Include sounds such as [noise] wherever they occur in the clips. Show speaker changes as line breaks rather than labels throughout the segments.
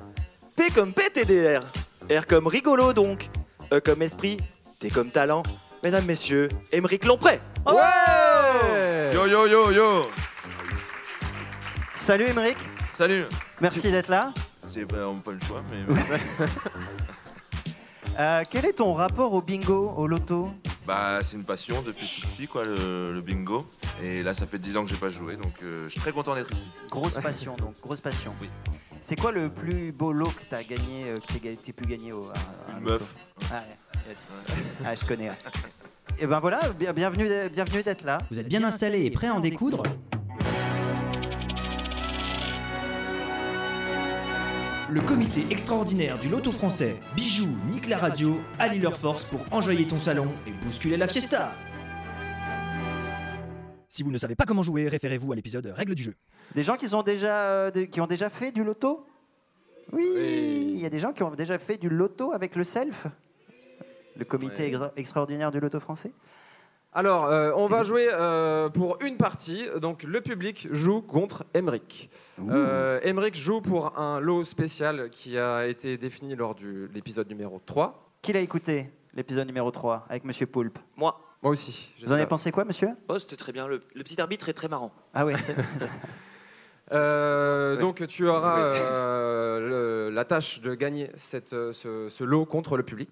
P comme PTDR. R comme rigolo donc. E comme esprit. T comme talent. Mesdames, messieurs, Émeric Lompré.
Ouais
Yo yo yo yo
salut Émeric,
Salut
merci d'être là.
C'est pas, pas le choix,
[laughs]
mais...
Euh, quel est ton rapport au bingo, au loto
bah, c'est une passion depuis tout petit, quoi, le, le bingo. Et là, ça fait 10 ans que j'ai pas joué, donc euh, je suis très content d'être ici.
Grosse passion, donc, grosse passion.
Oui.
C'est quoi le plus beau lot que t'as gagné, euh, que t'es, ga- t'es pu gagner au. à- à un
Une
loto
meuf.
Ah, ouais, yes. Ah, je connais. ouais. Et ben voilà, bien- bienvenue, d'être- bienvenue d'être là.
Vous êtes bien installé et prêt à en découdre Le comité extraordinaire du loto français, Bijou, Nick la radio, allie leurs forces pour enjailler ton salon et bousculer la fiesta Si vous ne savez pas comment jouer, référez-vous à l'épisode Règles du jeu.
Des gens qui, sont déjà, euh, de- qui ont déjà fait du loto Oui
Oui.
Il y a des gens qui ont déjà fait du loto avec le self Le comité
Ouais.
extra- extraordinaire du loto français
Alors, euh, on
C'est
va
bon.
jouer euh, pour une partie. Donc, le public joue contre Emric. Euh, Emric joue pour un lot spécial qui a été défini lors de l'épisode numéro 3.
Qui l'a écouté, l'épisode numéro 3, avec Monsieur Poulpe
Moi.
Moi aussi.
Vous en avez
j'espère.
pensé quoi, monsieur
Oh, c'était très bien. Le, le petit arbitre est très marrant.
Ah oui,
[laughs]
c'est-
Euh,
Oui.
Donc tu auras
Oui.
euh, le- la tâche de gagner cette, euh, ce, ce lot contre le public.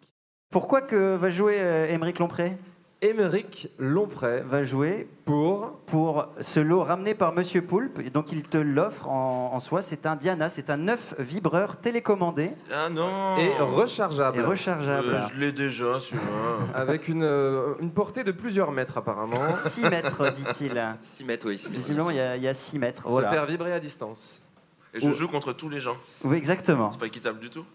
Pourquoi que va jouer euh, Émeric Lompré
Émeric Lompré
Va jouer
pour...
pour ce lot ramené par Monsieur Poulpe. Et Donc il te l'offre en, en soi. C'est un Diana, c'est un neuf vibreur télécommandé
Ah non
et euh,
et
rechargeable.
rechargeable.
Euh, Je l'ai déjà, celui-là.
avec une, euh, une portée de plusieurs mètres apparemment.
6 mètres, dit-il.
6 mètres, oui, 6
Visiblement, il y a- il y a 6 mètres.
Se
Voilà.
faire vibrer à distance.
Et je joue contre tous les gens.
Oui, exactement.
C'est pas équitable du tout.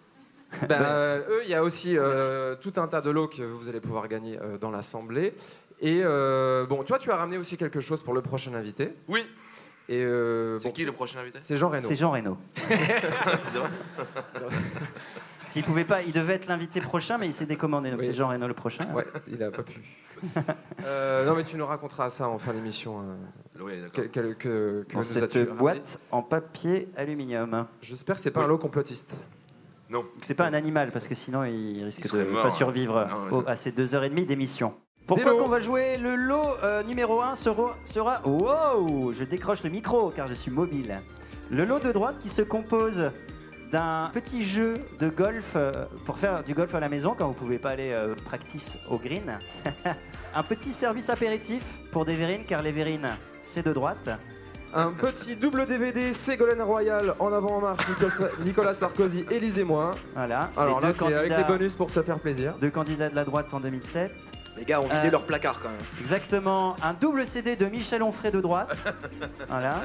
Ben, euh, eux, il y a aussi euh, tout un tas de lots que vous allez pouvoir gagner euh, dans l'assemblée. Et euh, bon, toi, tu as ramené aussi quelque chose pour le prochain invité.
Oui
Et euh,
C'est
bon,
qui le prochain invité
C'est Jean Reno.
C'est Jean Reno.
C'est vrai
S'il pouvait pas, il devait être l'invité prochain, mais il s'est décommandé, donc
Oui.
c'est Jean Reno le prochain.
Ouais, il a pas pu. [laughs] Euh, non, mais tu nous raconteras ça en fin d'émission. euh, que, que- que- que
Dans
nous
cette
as-tu ramené
boîte en papier aluminium.
J'espère que c'est pas un lot complotiste.
Non.
C'est pas un animal, parce que sinon il
Il
risque de
serait
ne
mort,
pas
hein.
survivre
Ah ouais.
au- à ces deux heures et demie d'émission. Pourquoi qu'on va jouer le lot euh, numéro 1 sera, sera... Wow Je décroche le micro car je suis mobile. Le lot de droite qui se compose d'un petit jeu de golf euh, pour faire du golf à la maison quand vous pouvez pas aller euh, practice au green. [laughs] un petit service apéritif pour des verrines car les verrines c'est de droite.
Un petit double DVD Ségolène Royal en avant en marche, Nicolas, Nicolas Sarkozy, Élise et moi.
Voilà.
Alors
Les
là,
deux
c'est avec
candidats-
les bonus pour se faire plaisir.
Deux candidats de la droite en 2007.
Les gars ont vidé
Euh,
leur placard quand même.
Exactement, un double CD de Michel Onfray
[laughs]
de droite. voilà.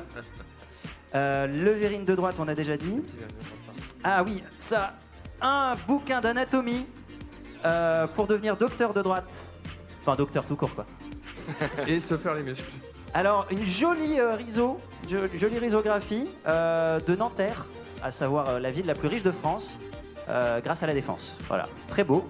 Euh, le Vérine de droite, on a déjà dit. Ah oui, ça. Un bouquin d'anatomie euh, pour devenir docteur de droite. Enfin, docteur tout court, quoi.
Et se faire les muscles.
Alors, une jolie euh, riso- jo- jolie risographie euh, de Nanterre, à savoir euh, la ville la plus riche de France, euh, grâce à la défense. Voilà, c'est très beau.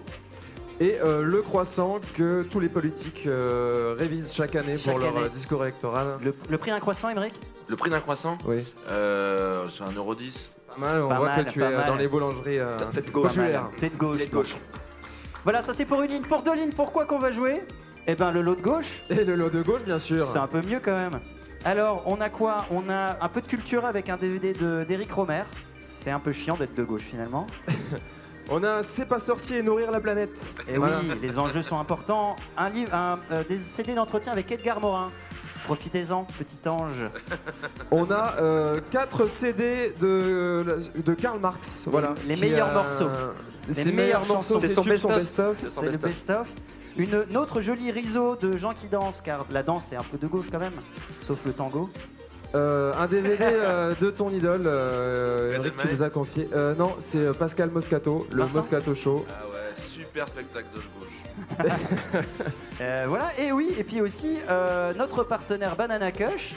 Et euh, le croissant que tous les politiques euh, révisent chaque année
Chaque
pour leur
année.
euh, discours électoral.
Le, prix d'un croissant, Émeric
Le prix d'un croissant
Oui.
Euh, c'est 1,10€.
Pas mal, on
Pas
voit
mal,
que tu es
pas
euh,
mal.
dans les boulangeries. euh,
T'as peut-être gauche.
populaires.
Hein, Tête gauche. Tête gauche. Voilà, ça c'est pour une ligne. Pour deux lignes, pourquoi qu'on va jouer Eh ben le lot de gauche.
Et le lot de gauche, bien sûr.
C'est un peu mieux quand même. Alors, on a quoi On a un peu de culture avec un DVD de- d'Eric Romer. C'est un peu chiant d'être de gauche finalement.
On a C'est pas sorcier et nourrir la planète.
Et Eh oui, les enjeux sont importants. Un livre, un, euh, des CD d'entretien avec Edgar Morin. Profitez-en, petit ange.
On a euh, 4 CD de, de Karl Marx. Voilà.
Les
Qui,
meilleurs
euh,
morceaux.
Ses meilleurs morceaux, ses tubes, son best-of.
C'est le best-of. Une, une autre jolie riso de gens qui dansent, car la danse est un peu de gauche quand même, sauf le tango.
Euh, un DVD [laughs] euh, de ton idole, euh, Eric, tu nous as confié. Euh, non, c'est euh, Pascal Moscato, le
Vincent
Moscato Show.
Ah ouais, super spectacle de gauche.
Euh, voilà, et oui, et puis aussi euh, notre partenaire Banana Cush,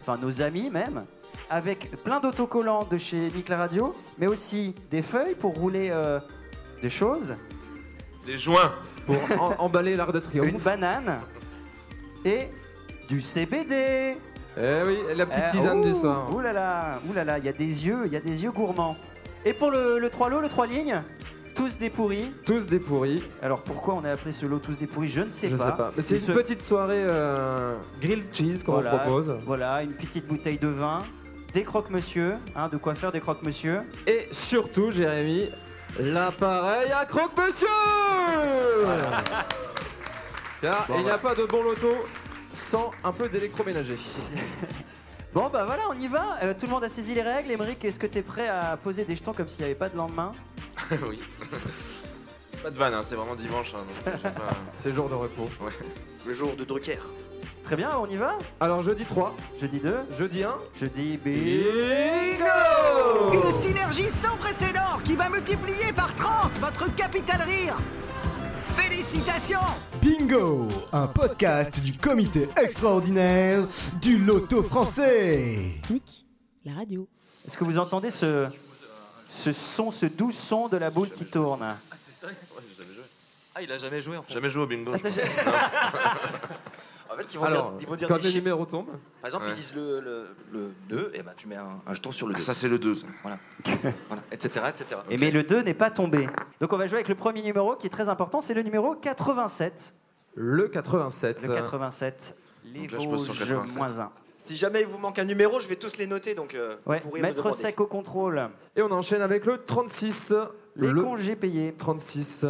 enfin nos amis même, avec plein d'autocollants de chez Nick La Radio, mais aussi des feuilles pour rouler euh, des choses,
Des joints.
Pour en- emballer l'art de triomphe.
une banane et du CBD.
[laughs] Eh oui, la petite tisane
oh.
du soir.
Euh, Ouh là là, ouh là là, il y a des yeux, il y a des yeux gourmands. Et pour le, le 3 lots, le 3 lignes, tous des pourris.
Tous des pourris.
Alors pourquoi on a appelé ce lot tous des pourris, je ne sais
Je
pas.
sais pas. Mais C'est
Mais
une
ce-
petite soirée euh, grilled cheese qu'on
Voilà,
propose.
Voilà, une petite bouteille de vin, des croque-monsieur, hein, de quoi faire des croque-monsieur.
Et surtout, Jérémy, l'appareil
[laughs]
à croque-monsieur Car
Bon,
Il n'y a
bah.
pas de bon loto sans un peu d'électroménager.
Bon bah voilà, on y va. Euh, tout le monde a saisi les règles. Émeric, est-ce que t'es prêt à poser des jetons comme s'il n'y avait pas de lendemain
[laughs] oui. Pas de vanne, hein, c'est vraiment dimanche. hein, donc j'ai pas-
C'est jour de repos.
[laughs] Le jour de Drucker.
Très bien, on y va
Alors jeudi 3,
jeudi 2,
jeudi 1,
jeudi B.
Bingo
Une synergie sans précédent qui va multiplier par 30 votre capital rire. Félicitations
Bingo, un podcast du comité extraordinaire du loto français.
La radio.
Est-ce que vous entendez ce, ce son, ce doux son de la boule qui tourne
Ah, C'est ça Ouais, j'ai jamais joué. Ah, il a jamais joué en fait. Jamais joué au bingo. je
Attends,
crois.
Ah,
[laughs]
En fait, ils vont
Alors,
dire, ils vont dire
quand
des
les
chiffres.
numéros tombent.
Par exemple,
Ouais. Ah,
ils disent le, le, le 2, et ben tu mets un, un jeton sur le 2.
ça, c'est le 2.
Voilà. voilà. Etc. etc.
Et Eh mais le 2 n'est pas tombé. Donc on va jouer avec le premier numéro qui est très important, c'est le numéro 87.
Le 87.
Le 87. Les
Donc là, je pose sur
Vosges
87.
moins 1.
Si jamais il vous manque un numéro, je vais tous les noter. Donc, euh,
Ouais,
vous pourriez me
maître
demander.
sec au contrôle.
Et on enchaîne avec le 36.
Les
le
congés payés.
36.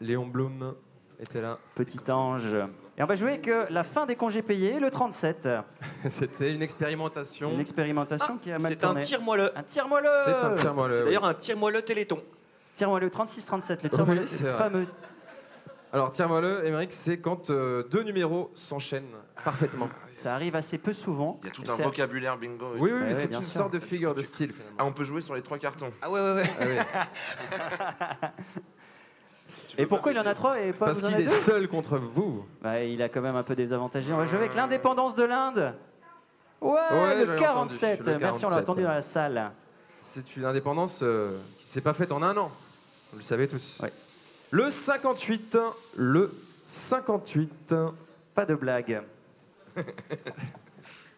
Léon Blum était là. [laughs]
Petit ange. Et on va jouer que la fin des congés payés, le 37.
C'était une expérimentation.
Une expérimentation
Ah,
qui a mal
C'est un
tourné.
tire-moileux.
Un tire-moileux.
C'est un tire-moileux,
C'est
oui.
d'ailleurs un tire-moileux téléthon.
Tire-moi le 36-37, le tire-moi
Oui, c'est vrai.
fameux.
Alors tiens-moi le, Émeric, c'est quand euh, deux numéros s'enchaînent parfaitement.
Ça arrive assez peu souvent.
Il y a tout un vocabulaire bingo.
Oui, oui, oui,
mais
c'est une sorte de figure de style.
Ah, on peut jouer sur les trois cartons.
Ah ouais, ouais, ouais.
Et pourquoi il en a trois et pas
Parce
vous en
qu'il
avez
est
deux
seul contre vous.
Bah, il a quand même un peu désavantagé. On va jouer avec l'indépendance de l'Inde. Ouais,
Ah. Ouais, j'avais
le
entendu,
47.
le
Merci, on l'a
47.
entendu dans la salle.
C'est une indépendance euh, qui s'est pas faite en un an. Vous le savez tous. Le 58. Le 58.
Pas de blague. [laughs]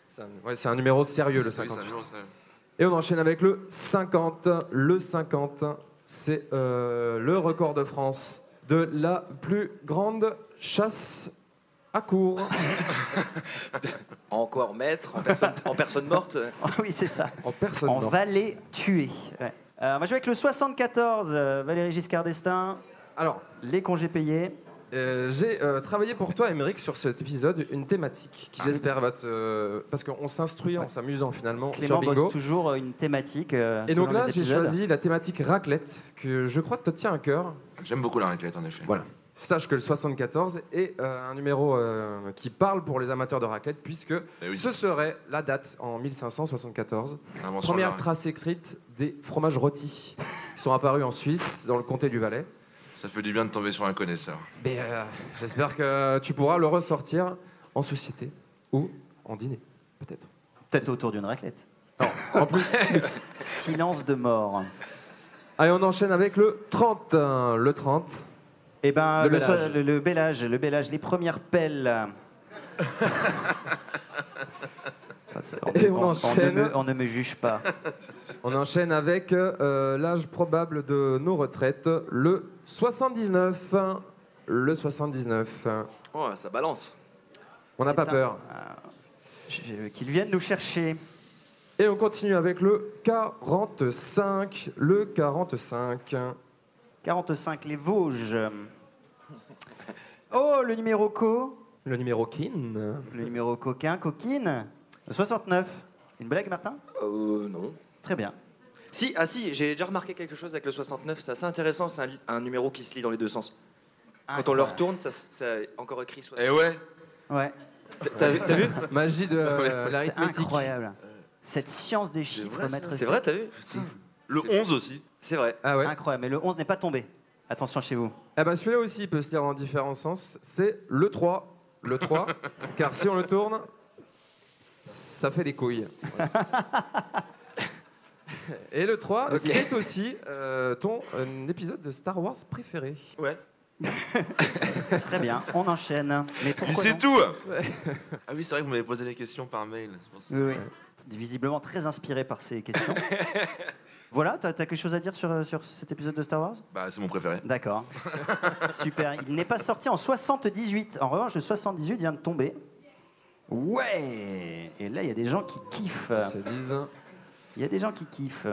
C'est un, ouais, c'est un numéro sérieux, le
Ah Oui, c'est un
58.
numéro sérieux.
Et on enchaîne avec le 50. Le 50, c'est euh, le record de France de la plus grande chasse à court.
Encore maître, en personne, en personne morte.
Ah oui, c'est ça.
En personne
On va les tuer. Ouais. Euh, on va jouer avec le 74, euh, Valérie Giscard d'Estaing.
Alors,
les congés payés.
Euh, j'ai euh, travaillé pour toi, Émeric, sur cet épisode une thématique
Ah
qui j'espère va te euh, parce qu'on s'instruit en s'amusant finalement sur
Clément
Bingo.
bosse toujours euh, une thématique. euh,
Et
selon
donc là,
les
j'ai
épisodes.
choisi la thématique raclette que je crois te tient à cœur.
J'aime beaucoup la raclette, en effet.
Voilà. Sache que le 74 est euh, un numéro euh, qui parle pour les amateurs de raclette puisque
Eh
ce serait la date en 1574,
Invention de
première
la-
trace écrite des fromages rôtis qui sont apparus en Suisse dans le comté du Valais.
Ça fait du bien de tomber sur un connaisseur.
Mais, euh, j'espère que tu pourras le ressortir en société ou en dîner, peut-être.
Peut-être autour d'une raclette.
en plus,
[laughs] silence de mort.
Allez, on enchaîne avec le 30. hein, Le 30.
Eh ben,
Le
le,
bel
so-
âge.
le- le bel âge, le bel âge, les
[laughs]
premières pelles. Enfin, c'est-
Et on
ne
enchaîne.
me, on ne me juge pas.
On enchaîne avec euh, l'âge probable de nos retraites, le 79. hein, Le 79. hein.
Oh, ça balance.
On n'a pas
C'est un-
peur.
Euh, Qu'ils viennent nous chercher.
Et on continue avec le 45. Le 45.
45, les Vosges. Oh, le numéro co.
Le numéro kin.
Le numéro coquin, coquine. 69. Une blague, Martin
Euh, non.
Très bien.
Si, ah si, j'ai déjà remarqué quelque chose avec le 69, c'est assez intéressant, c'est un, li- un numéro qui se lit dans les deux sens. Quand on le retourne, ça, ça est encore écrit 69.
Eh ouais
Ouais.
T'as t'as vu
Magie de euh,
Ouais.
l'arithmétique.
C'est incroyable. Cette science des chiffres,
vrai,
maître
ça. C'est
Seb.
vrai, t'as vu
Le 11 aussi.
C'est vrai.
Incroyable, mais le 11 n'est pas tombé. Attention chez vous.
Ah bah celui-là aussi il peut se lire en différents sens. C'est le 3. Le [laughs] 3. car si on le tourne, ça fait des couilles. [laughs] Et le 3,
Ok.
c'est aussi euh, ton euh, épisode de Star Wars préféré.
Ouais.
Très
[laughs]
bien, on enchaîne. Mais
Il
pourquoi
sait
non
tout Ah oui, c'est vrai que vous m'avez posé les questions par mail. c'est pour ça.
Oui, oui. Visiblement très inspiré par ces
[laughs]
questions. voilà, t'as as quelque chose à dire sur, euh, sur cet épisode de Star Wars
Bah, c'est mon préféré. [laughs]
D'accord. Super. Il n'est pas sorti en 78. En revanche, le 78 vient de tomber. Ouais Et là, il y a des gens qui kiffent.
Ils se disent.
Il y a des gens qui kiffent.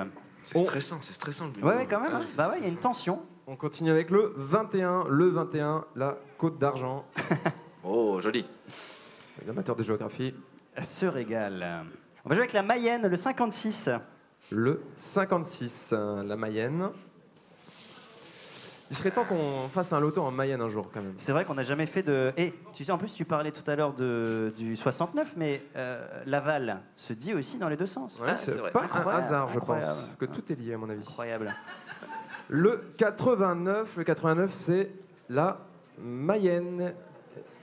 C'est stressant, c'est stressant. le Ah
Ouais,
bingo.
ouais, quand même. hein. Bah ouais, il y a une tension.
On continue avec le 21. Le 21, la Côte d'Argent.
Oh, joli.
L'amateur de géographie.
Se régale. On va jouer avec la Mayenne, le 56.
Le 56, euh, la Mayenne. Il serait temps qu'on fasse un loto en Mayenne un jour, quand même.
C'est vrai qu'on n'a jamais fait de. Et tu sais, en plus, tu parlais tout à l'heure de, du 69, mais euh, Laval se dit aussi dans les deux sens.
Ouais, c'est pas un
Ah, Incroyable,
hasard, je
incroyable.
pense, que tout est lié, à mon avis.
Incroyable.
Le 89, le 89, c'est la Mayenne.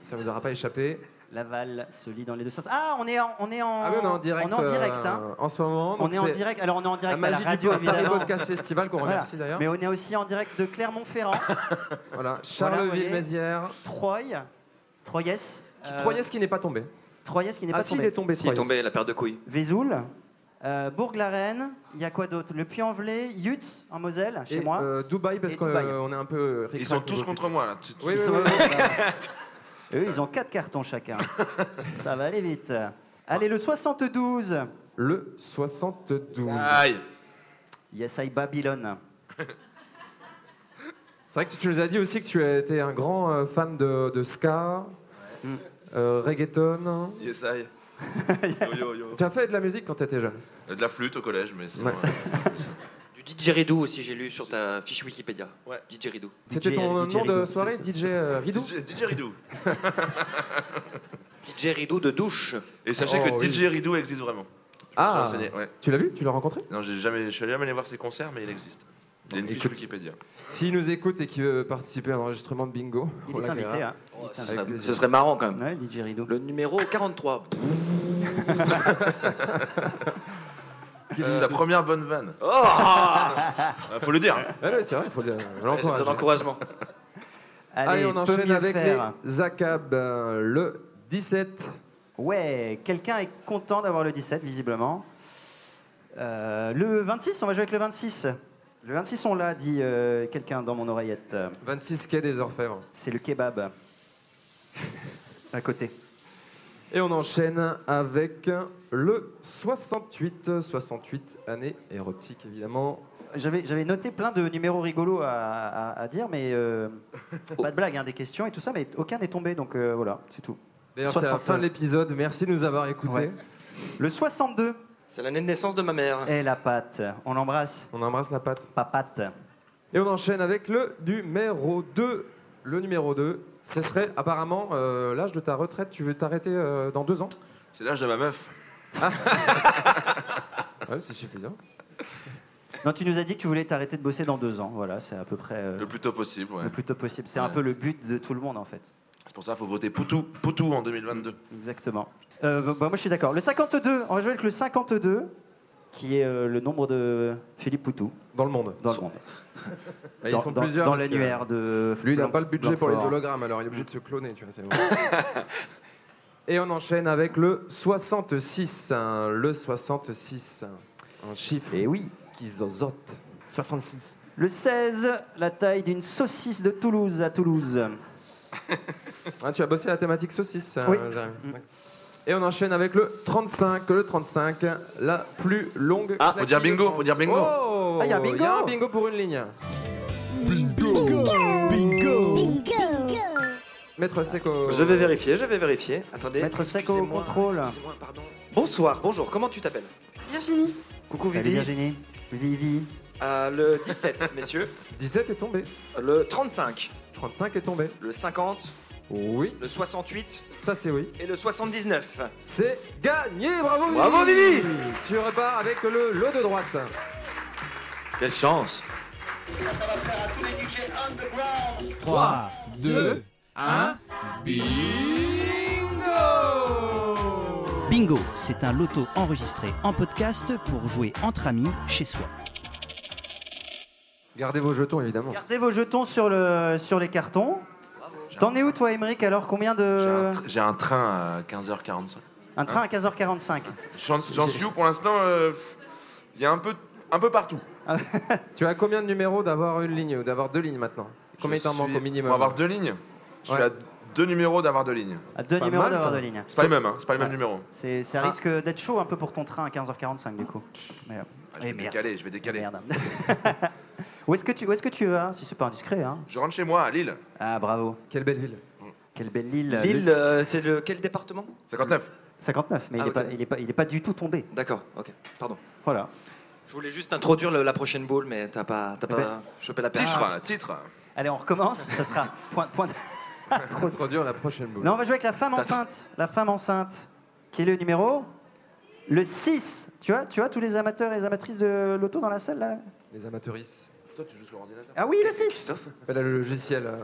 Ça vous aura pas échappé.
Laval se lit dans les deux sens. Ah, on est en, on est en,
Ah oui, on est en direct.
On est en direct,
euh,
hein.
en ce moment.
On
donc
est en
c'est
direct. Alors, on est en direct
la
à la
magie du
radio,
Paris
évidemment.
Podcast Festival qu'on
Voilà.
remercie d'ailleurs.
Mais on est aussi en direct de
[laughs]
Clermont-Ferrand,
Voilà,
voyez.
Charleville-Mézières.
Troyes, Troyes, euh,
Troyes qui n'est pas tombé.
Troyes qui n'est
Ah,
pas
si,
tombé.
il est tombé,
S'il est tombé, la paire de couilles.
Vesoul, euh, Bourg-la-Reine, il y a quoi d'autre Le Puy-en-Velay, Yutz en Moselle, chez
Et,
moi.
euh, Dubaï, parce
Et Dubaï.
qu'on est un peu.
Ils sont tous contre moi, là. Tu- tu-
Oui,
Ils
oui,
sont-
oui, oui.
[laughs] Eux, ils ont quatre cartons chacun. Ça va aller vite. Allez, le 72.
Le 72.
Aïe
Yes, I Babylone.
C'est vrai que tu nous as dit aussi que tu étais un grand euh, fan de, de ska, euh, reggaeton.
Yes, I. Yo, yo, yo.
Tu as fait de la musique quand tu étais jeune.
De la flûte au collège, mais sinon,
Ouais.
euh,
Du didgeridoo aussi, j'ai lu sur ta fiche Wikipédia. Ouais. Didgeridoo.
C'était
euh,
ton nom de soirée, DJ euh, Ridou
DJ
[laughs]
Ridou.
Didgeridoo de douche.
Et sachez
Oh,
que
oui.
DJ Ridou existe vraiment. Je me suis
Ah,
renseigné, ouais.
tu l'as vu Tu l'as rencontré
Non, j'ai jamais, je suis jamais allé voir ses concerts, mais il existe. Il y a une fiche
Écoute.
Wikipédia.
S'il nous écoute et qu'il veut participer à l'enregistrement de bingo,
Il
on
est invité.
l'accueillera. Oh,
hein. Il est
Ce
invité.
serait, ce serait marrant quand même.
Ouais, DJ Ridou.
Le numéro 43.
Euh,
C'est ta première bonne vanne.
Oh [laughs]
Ah, faut le dire.
Ouais, ouais, c'est vrai, il faut le- l'encourager.
besoin d'encouragement.
Allez,
Allez,
on
peut
enchaîne
mieux
avec
faire.
les ACAB. euh, le 17.
Ouais, quelqu'un est content d'avoir le 17, visiblement. Euh, le 26, on va jouer avec le 26. Le 26, on l'a, dit euh, quelqu'un dans mon oreillette.
26 quai des Orfèvres.
C'est le kebab. [laughs] à côté.
Et on enchaîne avec le 68. 68 années érotiques, évidemment.
J'avais j'avais noté plein de numéros rigolos à, à- à dire, mais
[laughs]
euh, pas de blague, hein, des questions et tout ça, mais aucun n'est tombé, donc euh, voilà, c'est tout.
D'ailleurs, c'est la
60.
fin de l'épisode. Merci de nous avoir écoutés.
Ouais. Le 62.
C'est l'année de naissance de ma mère.
Et la pâte. On l'embrasse.
On embrasse la pâte.
Papate.
Et on enchaîne avec le numéro 2. Le numéro 2, ce serait apparemment euh, l'âge de ta retraite. Tu veux t'arrêter euh, dans deux ans
C'est l'âge de ma meuf.
Ouais, c'est suffisant.
Non, tu nous as dit que tu voulais t'arrêter de bosser dans deux ans. Voilà, c'est à peu près euh,
Le plus tôt possible, ouais.
le plus tôt possible. C'est un
Ouais.
peu le but de tout le monde, en fait.
C'est pour ça qu'il faut voter Poutou, Poutou en 2022.
Exactement. Euh, bah, bah, moi, je suis d'accord. Le 52, on va jouer avec le 52, qui est euh, le nombre de Philippe Poutou.
Dans le monde.
Dans le monde.
Et
Dans-
ils sont
dans-
plusieurs.
Dans
parce que
l'annuaire de.
Lui, il n'a
Blanc-
pas le budget pour les
Blanc-Fort.
hologrammes, alors il est obligé de se cloner, tu vois.
[laughs]
c'est vrai. Et on enchaîne avec le 66. hein, le 66. Un chiffre.
Et Eh oui.
Qui zozote. 66.
Le 16, la taille d'une saucisse de Toulouse à Toulouse.
Ah, tu as bossé la thématique saucisse. euh,
Oui.
Jérémy.
Mm.
Et on enchaîne avec le 35. Le 35, la plus longue.
Ah, faut
knacky
dire
de
bingo,
France.
faut dire bingo.
Oh,
Ah, il y a un
il y a un bingo pour une ligne.
Bingo Bingo
Maître Seco.
Je vais vérifier, je vais vérifier.
Eh,
Attendez.
Maître sec au
excusez-moi,
contrôle.
excusez-moi, pardon. Bonsoir, bonjour, comment tu t'appelles
Virginie.
Coucou
Salut
Vivi.
Virginie. Vivi.
Euh, le 17, [laughs] messieurs.
17 est tombé.
Le 35.
35 est tombé.
Le 50.
Oui.
Le 68.
Ça, c'est oui.
Et le 79.
C'est gagné. Bravo, Vivi.
Bravo, Vivi.
Tu repars avec le lot de droite.
Quelle chance
Trois, deux,
un,
bingo
Bingo, c'est un loto enregistré en podcast pour jouer entre amis chez soi.
Gardez vos jetons, évidemment.
Gardez vos jetons sur, le, sur les cartons. T'en es où, toi, Émeric Alors, combien de.
J'ai un train à 15h45.
Un train à 15h45.
J'en j'en suis où pour l'instant euh, Il y a un peu, un peu partout.
Tu as combien de numéros d'avoir une ligne ou d'avoir deux lignes maintenant Combien il t'en manque au minimum
Pour avoir deux lignes Je suis
Ouais.
à deux numéros d'avoir deux lignes.
À deux
Pas
numéros
mal,
d'avoir
ça.
deux lignes.
C'est pas le même, hein, c'est pas le même
Ouais.
numéro.
C'est, ça
Ah.
risque d'être chaud un peu pour ton train à 15h45, du coup. Mais, euh,
Ah, Je vais décaler, je vais décaler.
[laughs] où, est-ce que tu, où est-ce que tu vas Si c'est pas indiscret, hein.
Je rentre chez moi à Lille.
Ah, bravo.
Quelle belle ville.
Quelle belle Lille.
Lille,
Le-
euh, c'est le quel département
59.
59, mais
Ah,
il, est
ok.
pas, il, est pas, il est pas du tout tombé.
D'accord, ok, pardon.
Voilà.
Je voulais juste introduire le- la prochaine boule, mais t'as pas, t'as
Eh
pas
ben,
chopé la
Titre,
Ah.
perche.
titre.
Allez, on recommence. Ça sera point. point... Trop-
Introduire la prochaine boule.
Non, on va jouer avec la femme
T'as-
enceinte. La femme enceinte. Qui est le numéro Le 6. Tu vois, tu vois tous les amateurs et les amatrices de l'auto dans la salle là
Les amateuristes.
Toi, tu joues sur l'ordinateur
Ah oui, le 6
Elle a le logiciel. euh.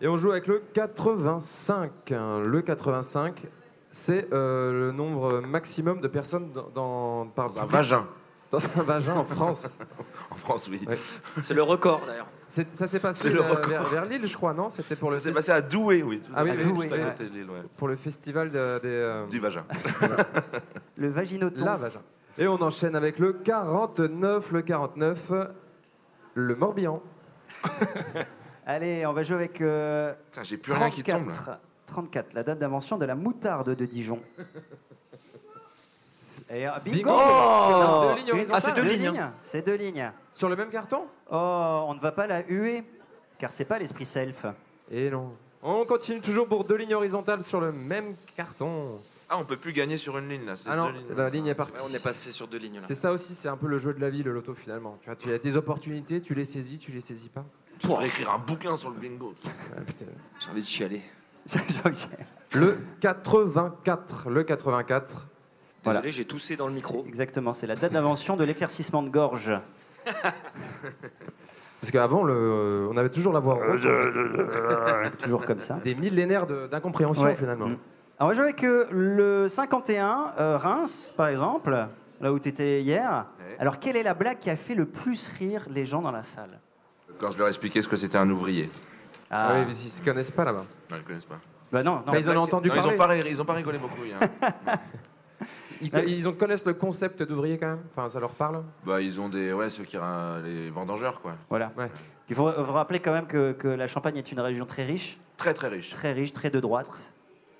Et on joue avec le 85. hein. Le 85, c'est euh, le nombre maximum de personnes dans, dans- par
un
public.
vagin.
Dans un vagin en
[laughs]
France.
En France, oui.
C'est le record d'ailleurs.
C'est- Ça s'est passé
C'est le
vers,
record.
vers- vers Lille, je crois, non C'était pour le.
C'est
fest-
passé à Douai, oui.
Ah oui,
Tout à
oui,
fait,
oui,
juste
oui.
à côté de Lille, ouais.
Pour le festival de- des. euh,
Du vagin.
Le vaginoton.
La vagin. Et on enchaîne avec le 49. Le 49, le Morbihan.
Allez, [laughs] on va jouer avec. euh,
Putain, j'ai plus rien qui tombe, là.
34, 34, la date d'invention de la moutarde de Dijon. Et, euh, bingo
Bingo Oh
C'est deux lignes horizontales.
Ah, c'est deux lignes.
C'est deux lignes.
Sur le même carton
Oh, on ne va pas la huer, car c'est pas l'esprit self.
Et non. On continue toujours pour deux lignes horizontales sur le même carton.
Ah, on peut plus gagner sur une ligne là. c'est
Ah non,
deux lignes.
la ligne est partie.
Ouais, on est passé sur deux lignes là.
C'est ça aussi, c'est un peu le jeu de la vie, le loto finalement. Tu vois, tu as des opportunités, tu les saisis, tu les saisis pas.
Je pourrais écrire un bouquin sur le bingo.
Ah, putain.
J'ai envie de chialer.
Le 84, le 84.
Voilà.
Désolé, j'ai toussé dans le micro.
C'est- Exactement, c'est la date d'invention de l'éclaircissement de gorge.
[laughs] Parce qu'avant, le, on avait toujours la voix rauque, en fait.
[laughs] Toujours comme ça.
Des millénaires de- d'incompréhension
Ouais.
finalement.
Mm. On va jouer avec euh, le 51, euh, Reims, par exemple, là où tu étais hier. Alors, quelle est la blague qui a fait le plus rire les gens dans la salle
Quand je leur ai expliqué ce que c'était un ouvrier.
Ah, oui, mais ils ne connaissent pas là-bas.
Non, ils connaissent pas.
Bah non,
Mais ils en ont entendu
Non,
parler.
Ils ont pas, ri- ils ont pas rigolé beaucoup. hein. [laughs]
Ils, ils en connaissent le concept d'ouvrier quand même Enfin, ça leur parle
bah, ils ont des. Ouais, ceux qui. ra- Les vendangeurs, quoi.
Voilà. Il faut vous rappeler quand même que, que la Champagne est une région très riche.
Très, très riche.
Très riche, très de droite.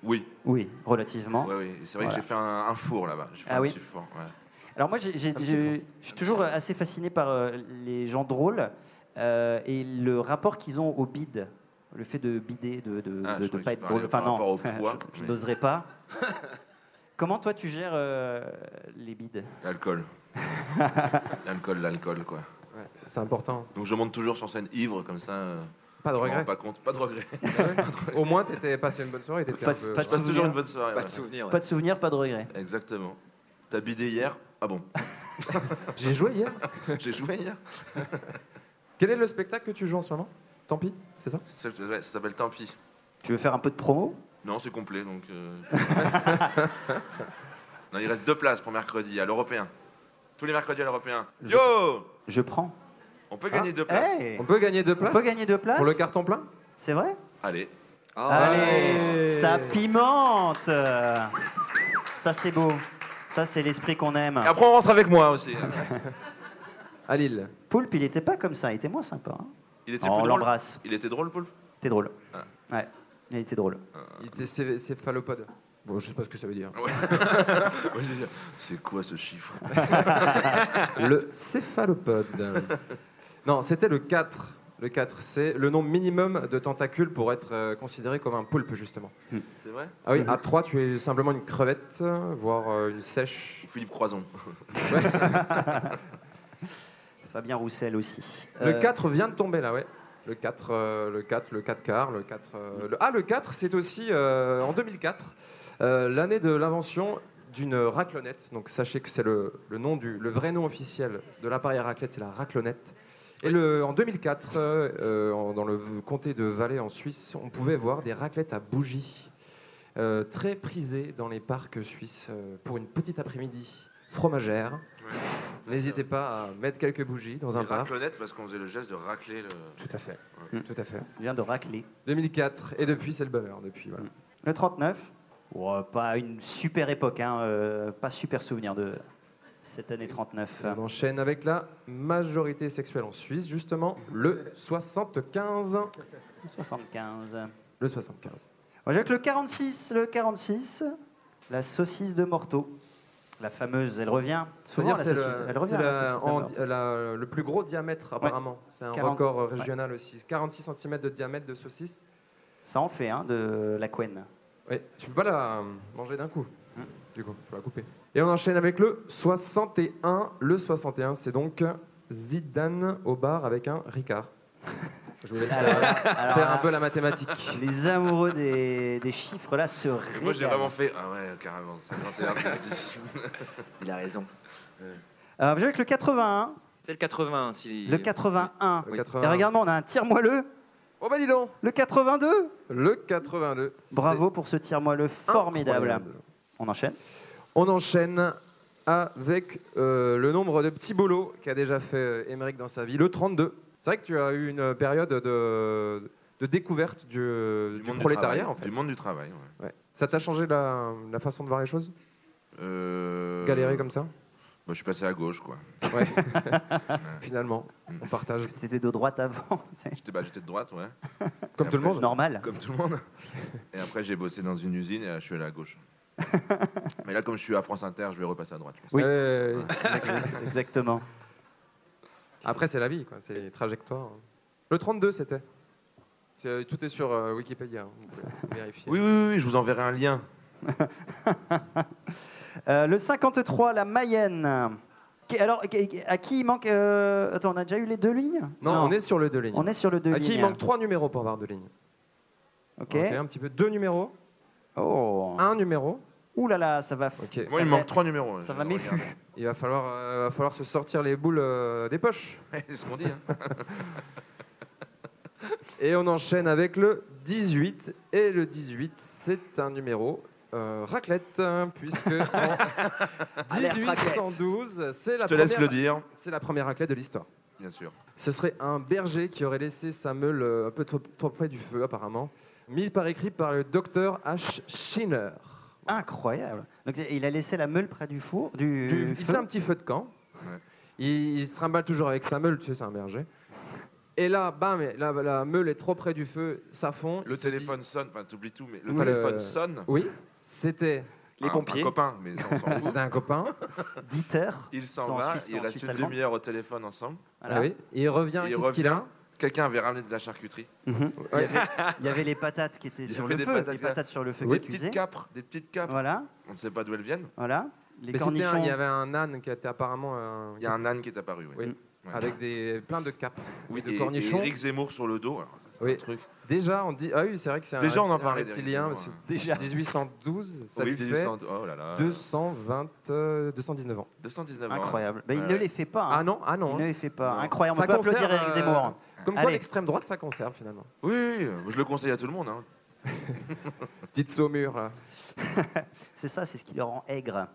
Oui.
Oui, relativement.
Ouais, oui. C'est vrai
Voilà.
que j'ai fait un, un four là-bas. J'ai fait
Ah
un
oui.
petit four. ouais.
Alors moi, j'ai- j'ai-
petit
j'ai- je suis toujours assez fasciné par euh, les gens drôles euh, et le rapport qu'ils ont au bide, le fait de bider, de ne
Ah, je croyais
pas
que tu
être drôle.
parlais par
Enfin non,
rapport au poids,
[laughs] je, je
mais-
n'oserais pas. [laughs] Comment toi tu gères euh, les bides
L'alcool. l'alcool, l'alcool, quoi.
c'est important.
Donc je monte toujours sur scène ivre comme ça. euh,
Pas de
je m'en
regret.
rends Pas compte. Pas de regret.
Au moins, t'étais passé une bonne soirée. t'étais
Pas
un
de-
peu-
pas de Je passe toujours une bonne soirée,
Pas
ouais.
de souvenirs.
Pas de souvenirs, pas de regrets.
Exactement. T'as bidé hier Ah bon
J'ai joué hier.
J'ai joué hier.
Quel est le spectacle que tu joues en ce moment Tant pis, c'est ça
Ça, ouais, ça s'appelle Tant pis.
Tu veux faire un peu de promo
Non, c'est complet donc. euh, [laughs] non, il reste deux places pour mercredi à l'Européen. Tous les mercredis à l'Européen. Yo
Je prends.
On peut gagner deux places.
On peut gagner deux
On
places
peut gagner deux places
Pour le carton plein
C'est vrai
Allez.
Allez, ça pimente Ça c'est beau. Ça c'est l'esprit qu'on aime.
Ah
Et après, on rentre avec moi aussi.
à Lille.
Poulpe, il était pas comme ça, il était moins sympa. hein.
Il
Oh,
était plus
on
drôle.
l'embrasse.
Il était drôle, Paul
Il était drôle.
Ah.
Ouais, il était drôle.
Il était cé- céphalopode. Bon, je sais pas ce que ça veut dire.
Ouais, j'ai dit, C'est quoi ce chiffre
le céphalopode. [laughs] Non, c'était le 4. Le 4, c'est le nombre minimum de tentacules pour être euh, considéré comme un poulpe, justement.
C'est vrai
Ah oui,
Mhm.
à 3, tu es simplement une crevette, euh, voire euh, une sèche.
Philippe Croison.
Fabien Roussel aussi.
Le
Euh,
4 vient de tomber, là, ouais. Le 4, euh, le 4, le 4 quart, le 4... euh, le- Ah, le 4, c'est aussi euh, en 2004, euh, l'année de l'invention d'une raclonette. Donc sachez que c'est le, le nom du... Le vrai nom officiel de l'appareil à raclette, c'est la raclonette. Et le, en 2004, euh, euh, en- dans le v- comté de Valais, en Suisse, on pouvait voir des raclettes à bougies, euh, très prisées dans les parcs suisses euh, pour une petite après-midi fromagère. N'hésitez pas à mettre quelques bougies dans un
Il
parc.
raclonnette parce qu'on faisait le geste de racler le.
Tout à fait. Tout à fait.
Il vient de racler.
2004 et depuis c'est le bonheur depuis voilà.
Le 39 Ouais, Pas une super époque, hein, euh, pas super souvenir de cette année 39.
On enchaîne avec la majorité sexuelle en Suisse justement le 75.
75.
Le 75.
On joue avec le 46, le 46, la saucisse de Morteau. La fameuse, elle revient. Souvent, la
C'est-à-dire,
saucisse,
c'est le,
elle revient.
c'est
la
la-
saucisse de
en-
Morteau.
la- le plus gros diamètre apparemment. C'est un
40,
record euh,
ouais.
régional aussi. 46 cm de diamètre de saucisse.
Ça en fait, hein, de la couenne.
Oui, tu peux pas la euh, manger d'un coup.
Hum.
Du coup, faut la couper. Et on enchaîne avec le 61. Le 61, c'est donc Zidane au bar avec un
[laughs]
Ricard. Je vous laisse
Alors,
euh,
alors
faire
là-
un peu la mathématique.
[laughs] Les amoureux des, des chiffres là se régalent.
Moi j'ai vraiment fait. Ah ouais, carrément, [laughs] 51 plus 10.
Il a raison.
Alors, on joue Euh, avec le 81.
C'est le 80. Si...
Le 81.
Le 80.
Et regarde-moi, on a un tir moelleux.
Oh bah dis donc
Le 82
Le 82.
Bravo pour ce tir moelleux formidable.
Incroyable.
On enchaîne
On enchaîne avec euh, le nombre de petits boulots qu'a déjà fait euh, Émeric dans sa vie, le 32. C'est vrai que tu as eu une période de, de découverte du, du
monde du
prolétariat,
travail.
en fait.
Du monde du travail, ouais.
Ouais. Ça t'a changé la, la façon de voir les choses
Euh,
Galérer comme ça
Bah, je suis passé à gauche, quoi.
Ouais. Finalement, on partage.
C'était de droite avant. [laughs]
J'étais bah, j'étais de droite, ouais.
Comme
Et
tout le
après,
monde.
j'ai-
Normal.
Comme tout le monde. Et après, j'ai bossé dans une usine et euh, je suis allé à [laughs] gauche. Mais là, comme je suis à France Inter, je vais repasser à droite. je pense.
Oui. Ouais, ouais,
Ouais.
Exactement.
Après, c'est la vie, quoi. c'est les trajectoires. Le 32, c'était. C'est- Tout est sur euh, Wikipédia, hein. vous pouvez vérifier.
Oui, oui, oui, oui, je vous enverrai un lien.
Euh, le 53, la Mayenne. Qui- Alors, qui- à qui il manque euh, Attends, on a déjà eu les deux lignes
Non, on est sur le deux lignes.
On est sur le deux
À qui il
lignes. hein.
manque trois numéros pour avoir deux lignes
Ok.
Ok, un petit peu. Deux numéros.
Oh.
Un numéro.
Ouh là là, ça va.
Ok.
Moi, il me manque trois numéros. hein,
Ça va m'effu.
Il va falloir, euh, va falloir se sortir les boules euh, des poches.
[laughs] C'est ce qu'on dit. hein.
Et on enchaîne avec le 18. Et le 18, c'est un numéro euh, raclette, hein, puisque en
Alerte
1812, c'est la,
Je te laisse
première-
le dire.
c'est la première raclette de l'histoire.
Bien sûr.
Ce serait un berger qui aurait laissé sa meule euh, un peu trop, trop près du feu, apparemment. Mise par écrit par le docteur H. Schinner.
Incroyable. Donc il a laissé la meule près du four, du,
Du- il
feu.
faisait un petit feu de camp. Il, il se trimballe toujours avec sa meule, tu sais, c'est un berger. Et là, bam, la, la meule est trop près du feu, ça fond.
Le téléphone sonne, enfin t'oublies tout, mais le
Oui.
téléphone
Euh,
sonne.
Oui, c'était.
Les Un- pompiers. un copain, mais on
[laughs]
s'en fout.
C'était un copain.
Dieter.
[laughs]
Il
C'est
s'en
en
va,
Suisse, c'est
il
en
reste
Suisse
une
allemande.
demi-heure au téléphone ensemble.
Voilà. Ah oui,
il revient,
Il
qu'est-ce qu'il
revient,
a
Quelqu'un avait ramené de la charcuterie.
Il, y avait, il y avait les patates qui étaient
Il y
sur
avait
le
des
feu,
patates
les
là.
patates sur le feu
Des
qui
petites
cuisaient.
capres, des petites capres.
Voilà.
On ne sait pas d'où elles viennent.
Voilà. Les
Mais c'était un-
cornichons.
il y avait un âne qui était apparemment. un-
Il y a un âne qui est apparu, oui. Ouais.
Avec des, plein de capes.
Oui,
de
et-
cornichons.
Et Eric Zemmour sur le dos. alors, ça, c'est
Oui.
un truc.
Déjà, on dit. Ah oui, c'est vrai que c'est un,
Déjà, on en
repti- un
parlait d'Éric
reptilien.
Zemmour,
parce que
hein.
Déjà.
1812, ça
Oui,
lui fait
1812, oh là là.
220, euh, 219 ans.
219 ans.
Incroyable. Ben, il
Ouais.
ne les fait pas. hein.
Ah non, ah non.
Il ne
hein.
les fait pas.
Non.
Incroyable. on
Ça
peut applaudir
conserve,
Eric
euh,
Zemmour.
Comme quoi,
Allez.
l'extrême droite, ça conserve finalement.
Oui, oui, oui, je le conseille à tout le monde. hein.
Petite saumure là.
c'est ça, c'est ce qui le rend aigre.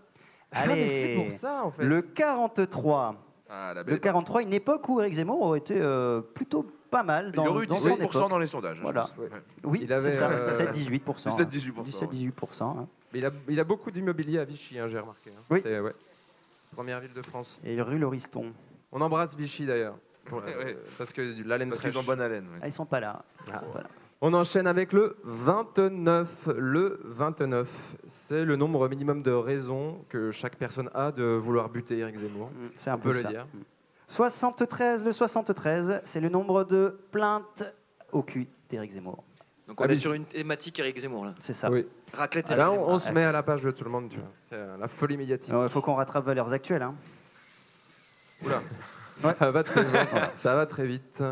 Ah,
Allez.
mais c'est pour ça, en fait.
Le 43.
Ah, la belle
Le
époque.
43, une époque où Eric Zemmour aurait été euh, plutôt pas mal dans,
il aurait eu
dans son
17%
époque.
dans les sondages. je
Voilà.
pense. Ouais.
Oui,
Il avait,
c'est ça,
euh,
17-18%.
17-18%,
hein.
ouais.
17-18%. hein.
Mais il, a, il a beaucoup d'immobilier à Vichy, hein, j'ai remarqué. hein.
Oui.
C'est- ouais. Première ville de France.
Et rue Lauriston.
On embrasse Vichy d'ailleurs. Pour, euh,
Ouais.
Parce que du- l'haleine
Parce qu'ils ont
fraîche.
bonne haleine.
Ah,
ouais.
ils sont pas là. Ils
Ah.
sont pas là.
On enchaîne avec le 29. Le 29, c'est le nombre minimum de raisons que chaque personne a de vouloir buter Eric Zemmour.
Hum, C'est un
On peut
peu
le
ça.
dire.
73, le 73, c'est le nombre de plaintes au cul d'Éric Zemmour.
Donc on
Ah,
est
mais-
sur une thématique Eric Zemmour là.
C'est ça.
Oui.
Raclette Eric
Là, on,
Zemmour.
on se met à la page de tout le monde, tu vois. C'est euh, la folie médiatique.
Il faut qu'on rattrape valeurs actuelles. hein.
Oula. Ça, va très, ça va très vite.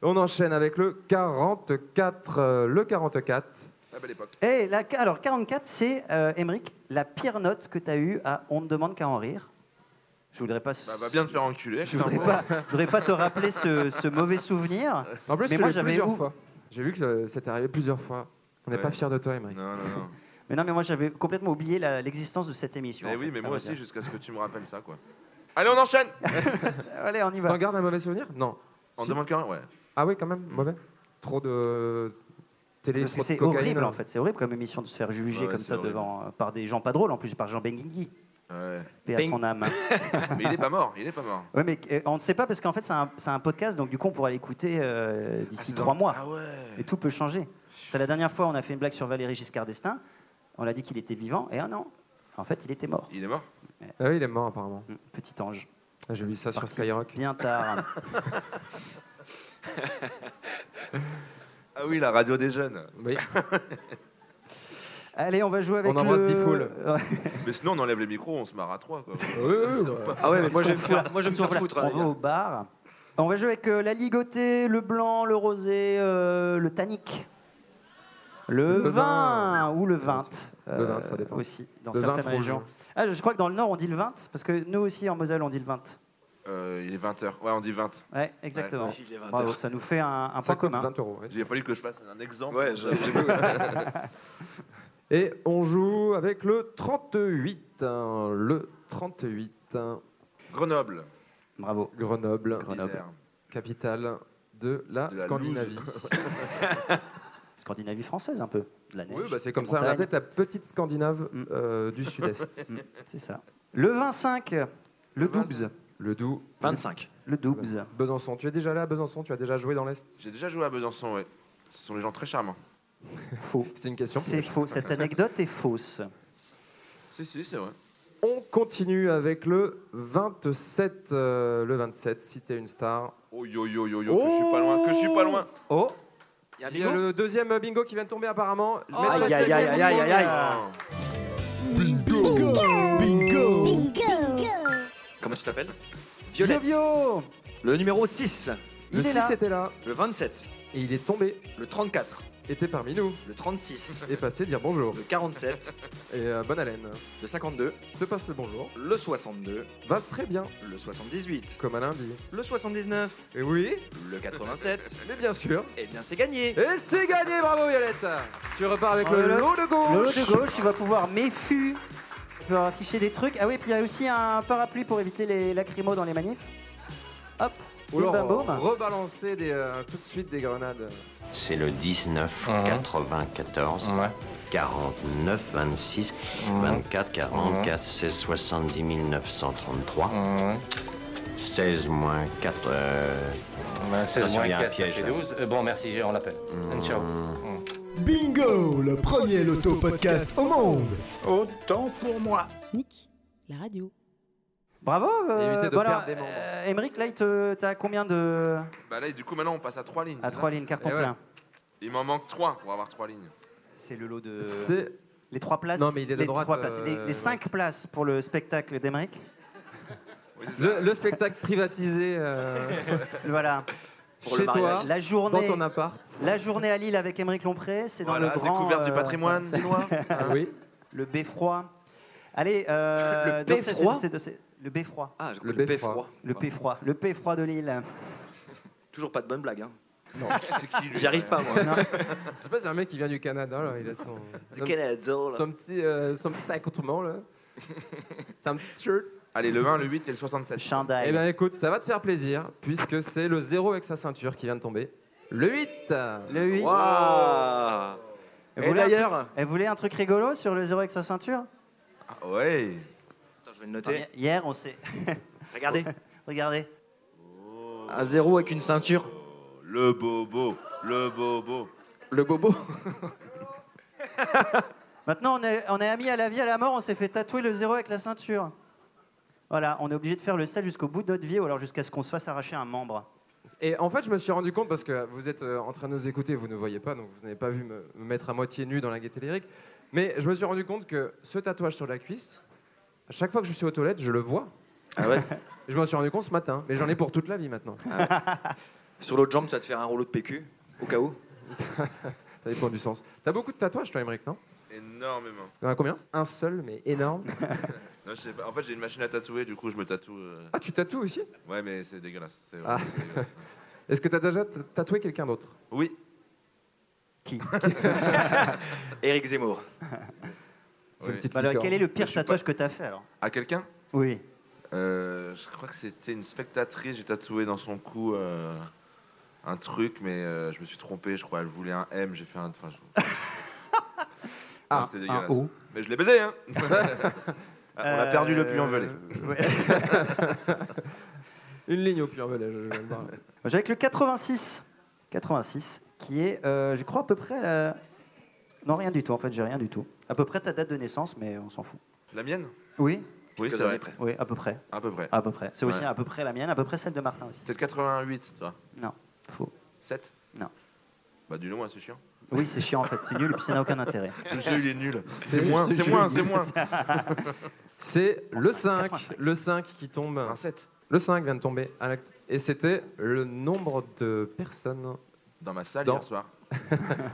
On enchaîne avec le 44. euh, Le 44.
La belle époque.
Et la, alors, 44, c'est, euh, Émeric, la pire note que tu as eue à On ne demande qu'à en rire. Je voudrais pas.
Bah, va bien te faire enculer.
Je voudrais pas, je voudrais pas te rappeler ce, ce mauvais souvenir.
En plus,
mais
tu
moi
l'as
j'avais
plusieurs
ou-
fois. J'ai vu que euh, c'était arrivé plusieurs fois. On n'est
Ouais.
pas fiers de toi, Émeric.
Non, non, non.
Mais non, mais moi j'avais complètement oublié la- l'existence de cette émission.
Mais
en
oui,
fait, Ah, bah,
mais
à vrai
moi aussi,
dire.
jusqu'à ce que tu me rappelles ça, quoi. Allez, on enchaîne
Allez, on y va.
T'en gardes un mauvais souvenir Non.
On
Si.
demande qu'un, ouais.
Ah oui, quand même, mauvais. Trop de télé,
Mm. Parce
trop
que
de
c'est
cocaïne.
horrible en fait, c'est horrible comme émission de se faire juger
Ouais, ouais,
comme
c'est
ça
horrible.
devant euh, par des gens pas drôles en plus, par Jean Benguigui,
Ouais.
paix à
Bing.
son âme.
Mais il est pas mort, il est pas mort.
ouais, mais euh, on ne sait pas parce qu'en fait c'est un, c'est un podcast donc du coup on pourra l'écouter euh,
Ah,
d'ici
c'est
trois
dans-
mois
Ah ouais.
et tout peut changer. C'est la dernière fois on a fait une blague sur Valéry Giscard d'Estaing, on a dit qu'il était vivant et ah non, en fait il était mort.
Il est mort
Ah oui, il est mort apparemment.
Mm, Petit ange,
Ah, J'ai vu ça sur
Parti.
Skyrock.
bien
[laughs]
tard.
Ah oui, la radio des jeunes.
[laughs]
Oui.
Allez, on va jouer avec
On embrasse
le...
Diffoul.
Mais sinon, on enlève les micros, on se marre à trois, quoi.
oui, oui, oui.
Ah ouais, mais moi je vais me
Parce qu'on
faire, moi, je vais me
Parce
faire
qu'on
foutre.
va-
hein,
On va au bar. On va jouer avec euh, la ligotée, le blanc, le rosé, euh, le tannique. Le,
Le vin.
20 ou le 20.
Le 20, ça dépend.
Aussi, dans
Le 20
certaines
rouge.
régions. Ah, je- je crois que dans le Nord, on dit le 20, parce que nous aussi, en Moselle, on dit le 20.
Euh, il est 20h. Ouais, on dit 20.
Ouais, exactement.
Ouais, il est 20.
Bravo, ça nous fait un, un
Ça coûte
point commun.
20 euros. oui.
Il a fallu que je fasse un exemple.
Ouais, je- j'ai vu. [laughs]
Et on joue avec le 38. hein, Le 38. hein,
Grenoble.
Bravo.
Grenoble,
Grenoble.
Isère.
capitale de la,
De la
Scandinavie. [laughs]
Scandinavie française, un peu. De la neige,
oui, bah, c'est comme
des
ça. On a
montagnes.
peut-être la petite Scandinave
Mm.
euh, du Sud-Est.
Mm, C'est ça. Le 25, le doubs.
Le Doubs.
25.
Le doubs.
Besançon. Tu es déjà là à Besançon Tu as déjà joué dans l'Est
J'ai déjà joué à Besançon, ouais. Ce sont des gens très charmants.
Faux.
C'est une question.
C'est faux. Cette anecdote est fausse.
Si, si, c'est vrai.
On continue avec le 27. euh, le 27, si t'es une star.
Oh yo yo yo yo, que je suis pas loin, que je suis pas loin.
Oh,
Il y a un
Il y a
bingo
le deuxième bingo qui vient de tomber apparemment. Je
Oh, aïe,
mettrai
aïe,
16e
aïe, aïe, aïe,
mondial.
aïe,
Oh.
Bingo Bingo
Comment tu t'appelles
Violette.
Violette. Le numéro 6.
Le
Il est
6
là.
était là.
Le 27.
Et il est tombé.
Le 34.
était parmi nous.
Le 36.
Est passé dire bonjour.
Le 47.
Et euh, bonne haleine.
Le 52.
Te passe le bonjour.
Le 62.
Va très bien.
Le 78.
Comme à lundi.
Le 79.
Et oui.
Le 87.
[laughs] Mais bien sûr.
Eh bien, c'est gagné.
Et c'est gagné, bravo Violette Tu repars avec le, lot de gauche.
Oh Le lot de gauche, tu vas pouvoir méfus. Tu vas afficher des trucs. Ah oui, puis il y a aussi un parapluie pour éviter les lacrymos dans les manifs. Hop.
Ou
Bim,
alors,
bam, boum.
euh, rebalancer des, euh, tout de suite des grenades.
C'est le 19
Mhm.
94 49 26
Mhm.
24 44
Mhm.
16 70 933 16 moins euh, 4
16 moins
il y a un
4,
piège,
ça fait
là. Mhm.
12. Euh, bon, merci, on l'appelle. Ciao.
Bingo, le premier loto-podcast au monde.
Autant pour moi.
Nick, la radio. Bravo. Euh,
éviter de
voilà,
perdre des membres.
euh, Émeric, là, il te- t'as combien de.
Bah là, et du coup, maintenant, on passe à 3 lignes.
À
c'est
trois
ça
lignes, carton
Eh ouais.
plein.
Il m'en manque 3 pour avoir 3 lignes.
C'est le lot de.
C'est-
Les trois places.
Non, mais il est de
les
droite,
trois places.
euh,
Les, les
ouais.
cinq places pour le spectacle d'Emeric.
Le, le spectacle privatisé. euh,
Voilà.
[laughs] Pour Chez le mariage. toi,
la journée,
dans ton appart.
La journée à Lille avec Émeric Lompré, c'est dans
Voilà,
le grand. euh,
découverte du patrimoine
c'est-
lillois.
[laughs]
Ah,
Ah Oui.
Le beffroi. Allez.
[laughs]
euh,
Le
donc ça, c'est-
beffroi
c'est de- c'est- Le beffroi.
Ah, je
Le
le, le
beffroi.
beffroi.
Le beffroi. Le beffroi de Lille.
Toujours pas de bonne blague, hein.
Non,
c'est qui, lui J'y arrive pas, moi.
Non. Je sais pas, c'est un mec qui vient du Canada, là. Il a son.
Du
son-
Canada, là.
Son petit, euh, son petit accoutrement, là. Sa petite shirt.
Allez, le 1, le 8 et le 67.
Eh bien, écoute, ça va te faire plaisir, puisque c'est le 0 avec sa ceinture qui vient de tomber. Le 8
Le 8.
Waouh
Elle
Et
voulait un
d'ailleurs-
truc- Elle voulait un truc rigolo sur le zéro avec sa ceinture
Ah Ouais.
Attends, je vais le noter.
Hi- Hier, on
[laughs]
s'est.
Regardez.
[laughs] Regardez.
Un zéro avec une ceinture.
Le bobo, le bobo.
Le bobo
Maintenant, on est, on est amis à la vie, à la mort, on s'est fait tatouer le zéro avec la ceinture. Voilà, on est obligé de faire le sel jusqu'au bout de notre vie ou alors jusqu'à ce qu'on se fasse arracher un membre.
Et en fait, je me suis rendu compte, parce que vous êtes euh, en train de nous écouter, vous ne voyez pas, donc vous n'avez pas vu me, me mettre à moitié nu dans la gaieté lyrique, mais je me suis rendu compte que ce tatouage sur la cuisse, à chaque fois que je suis aux toilettes, je le vois.
Ah ouais
[laughs]
Ah
Je m'en suis rendu compte ce matin, mais j'en ai pour toute la vie maintenant.
[laughs] Sur l'autre jambe, tu vas te faire un rouleau de PQ, au cas où.
[laughs] Ça dépend du sens. T'as beaucoup de tatouages, toi, Emmerich, non
Énormément.
Il y en a combien Un seul, mais énorme.
Non, je sais pas. En fait, j'ai une machine à tatouer, du coup, je me tatoue. euh,
ah, tu tatoues aussi
Ouais, mais c'est dégueulasse. C'est
Ah.
c'est dégueulasse.
Est-ce que t'as déjà t- tatoué quelqu'un d'autre
[laughs] Oui. [laughs]
Qui
Éric Zemmour.
Oui.
Bah, Alors, quel est le pire
Je suis
tatouage
pas-
que t'as fait alors
À quelqu'un
Oui.
Euh, je crois que c'était une spectatrice, j'ai tatoué dans son cou euh, un truc, mais euh, je me suis trompé, je crois. Elle voulait un M, j'ai fait un. Enfin, je...
Ah,
Non, c'était dégueulasse.
un O.
Mais je l'ai baisé, [laughs] hein Ah, On a
Euh,
perdu le puits en velay.
[laughs]
ouais. Une ligne au puits en velay, je, je viens de voir.
J'ai avec le 86. 86, qui est, euh, je crois, à peu près. la- Non, rien du tout, en fait, j'ai rien du tout. À peu près ta date de naissance, mais on s'en fout.
La mienne
Oui
Oui,
Quelques
c'est vrai.
années près. Oui, à peu près.
À peu près.
À peu près. C'est aussi
Ouais.
à peu près la mienne, à peu près celle de Martin aussi.
T'es le 88, toi
Non, faux.
7
Non.
Bah, du moins, c'est [laughs] chiant.
Oui, c'est chiant en fait, c'est nul, puis ça n'a aucun intérêt.
Le jeu, il est nul. C'est moins, c'est moins, [laughs] c'est moins.
C'est le 5, le 5 qui tombe.
Ah,
Le 5 vient de tomber. à l'act- Et c'était le nombre de personnes.
Dans ma salle
Dans-
hier soir.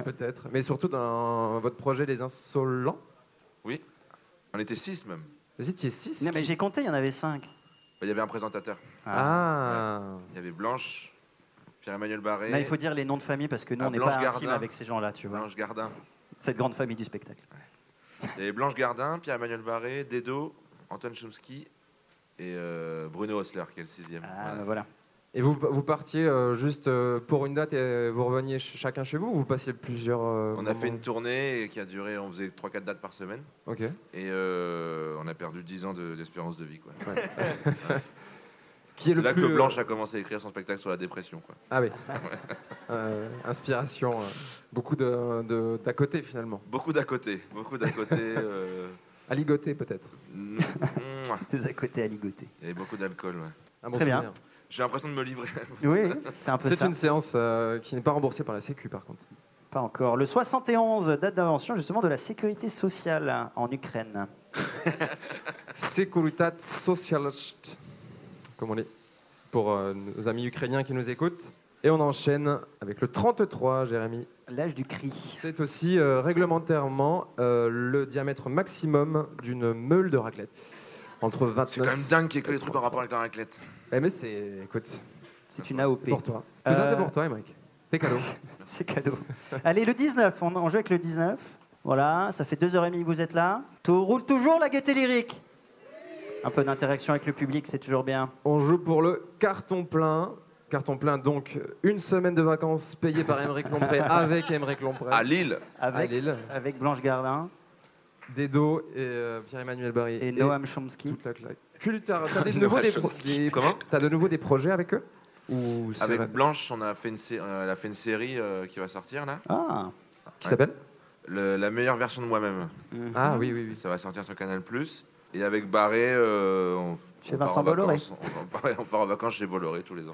Peut-être. Mais surtout dans votre projet Les Insolents.
Oui. On était 6 même.
Vous étiez 6
Non, mais j'ai compté, il y en avait 5.
Bah, Il y avait un présentateur.
Ah.
Ouais. Il y avait Blanche, Pierre-Emmanuel Barré.
Là, il faut dire les noms de famille parce que nous,
Ah,
on n'est
Blanche
pas intime
Gardin.
avec ces gens-là, tu vois.
Blanche Gardin.
Cette grande famille du spectacle.
Il y avait Blanche Gardin, Pierre-Emmanuel Barré, Dedo, Anton Chomsky et euh, Bruno Hosler, qui est le sixième.
Ah, bah, voilà.
Et vous, vous partiez euh, juste euh, pour une date et vous reveniez ch- chacun chez vous ou vous passiez plusieurs. euh,
On a fait
moments
une tournée qui a duré, on faisait 3-4 dates par semaine.
Ok.
Et euh, on a perdu 10 ans de- d'espérance de, vie. Quoi.
Ouais.
Ouais.
Qui est
C'est
le
là
plus,
que
euh,
Blanche a commencé à écrire son spectacle sur la dépression. Quoi.
Ah oui.
[laughs] Ouais.
Euh, inspiration. euh, beaucoup d'à de, d'à côté finalement.
Beaucoup d'à côté. Beaucoup
[laughs]
d'à côté. euh,
À ligoter peut-être.
mm, mouah.
Des à côté à ligoter.
Il y avait beaucoup d'alcool. ouais.
Un bon Très bien. souvenir.
J'ai l'impression de
[laughs]
me livrer.
C'est une séance euh, qui n'est pas remboursée par la Sécu par contre.
Pas encore. Le 71, date d'invention justement de la sécurité sociale en Ukraine.
Securitat Socialist, comme on dit, pour euh, nos amis ukrainiens qui nous écoutent. Et on enchaîne avec le 33, Jérémy.
L'âge du cri.
C'est aussi euh, réglementairement euh, le diamètre maximum d'une meule de raclette. Entre 29.
C'est quand même dingue qu'il y ait que les trucs en rapport avec la raclette.
Eh, mais c'est. Écoute.
C'est une AOP.
Pour toi. Tout ça, c'est pour toi, Émeric. C'est cadeau.
c'est cadeau. Allez, le 19, on, on joue avec le 19. Voilà, ça fait deux heures et demie que vous êtes là. Tout roule toujours la gaieté lyrique. Un peu d'interaction avec le public, c'est toujours bien.
[laughs] On joue pour le carton plein. Carton plein, donc une semaine de vacances payée par Émeric [laughs] Lompré avec Émeric Lompré.
À Lille.
À
Avec,
Lille.
avec Blanche Gardin.
Dedo et euh, Pierre-Emmanuel Barry.
Et Noam Chomsky.
Toute la claque. Tu t'as t'as [laughs] de, nouveau des pro- des- t'as de nouveau des projets avec eux Ou c'est
Avec
vrai
Blanche, on a fait une sé- euh, elle a fait une série euh, qui va sortir là.
Ah.
Qui s'appelle
Le- La meilleure version de moi-même.
Ah, oui, oui,
Ça va sortir sur Canal Et avec Barré, euh, on,
Chez
on part
Vincent
en
Bolloré.
vacances- On, part- on part en vacances chez Bolloré tous
[laughs]
les ans.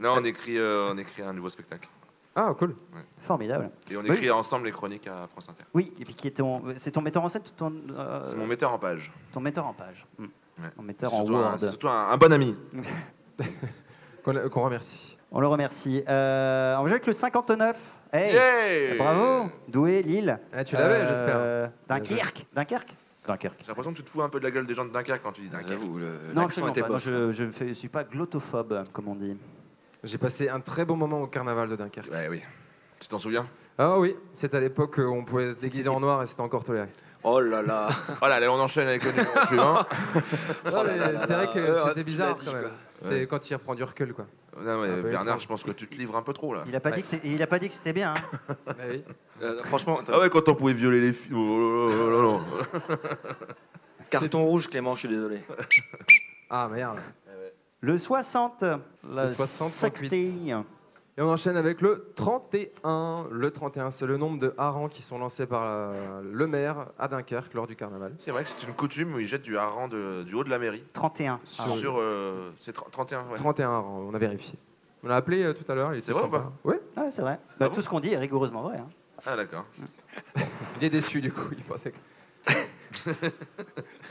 non, on écrit, euh, on écrit un nouveau spectacle.
Ah, cool.
Formidable.
Et on
Oui.
écrit ensemble les chroniques à France Inter.
Oui, et puis qui est ton, c'est ton metteur en scène, ou ton, euh,
C'est mon metteur en page.
ton metteur en page. Hmm.
Ouais.
Ton metteur
C'est
en
surtout un-
Word.
c'est surtout un- un bon ami.
Qu'on qu'on remercie.
On le remercie. Euh, on va jouer avec le 59. Hey,
Yeah
bravo, doué Lille. Euh,
Ah, tu l'avais, j'espère.
Dunkerque, Dunkerque. Dunkerque.
J'ai l'impression que tu te fous un peu de la gueule des gens de Dunkerque quand tu dis Dunkerque.
Non,
l'accent
absolument
était
pas. Moi,
bof.
je, je fais- je suis pas glottophobe, comme on dit.
J'ai passé un très bon moment au carnaval de Dunkerque.
Ouais, oui. Tu t'en souviens
Ah oui, c'était à l'époque où on pouvait se déguiser en noir et c'était encore toléré.
Oh là là Oh là là, on enchaîne avec le numéro suivant.
Non, mais c'est vrai que
Euh, tu
c'était
m'as
bizarre
dit,
quand même.
quoi.
C'est
Ouais.
quand il reprend du recul, [laughs] quoi.
Non, mais
Un peu
Bernard,
étrange.
je pense que tu te livres un peu trop là.
Ah, bah, Il a pas dit que c'est- il a pas dit que c'était bien. hein.
Bah
Franchement,
Ah ouais, quand on pouvait violer les filles. Oh là là là là.
carton rouge, Clément, je suis désolé.
Ah merde.
Le 60. La
Le 60,
60.
Et on enchaîne avec le 31. Le 31, c'est le nombre de harengs qui sont lancés par euh, le maire à Dunkerque lors du carnaval.
C'est vrai que c'est une coutume où ils jettent du hareng de- du haut de la mairie.
31.
Ah
Sur. sur, euh, c'est 30 31, ouais.
31 harengs, on avait vérifié. On l'a appelé euh, tout à l'heure, il était
C'est vrai ou
sympa.
pas
Oui.
Ouais, c'est vrai. Bah,
Ah bon
tout ce qu'on dit est rigoureusement vrai. hein.
Ah d'accord.
Il est déçu du coup, il pensait que.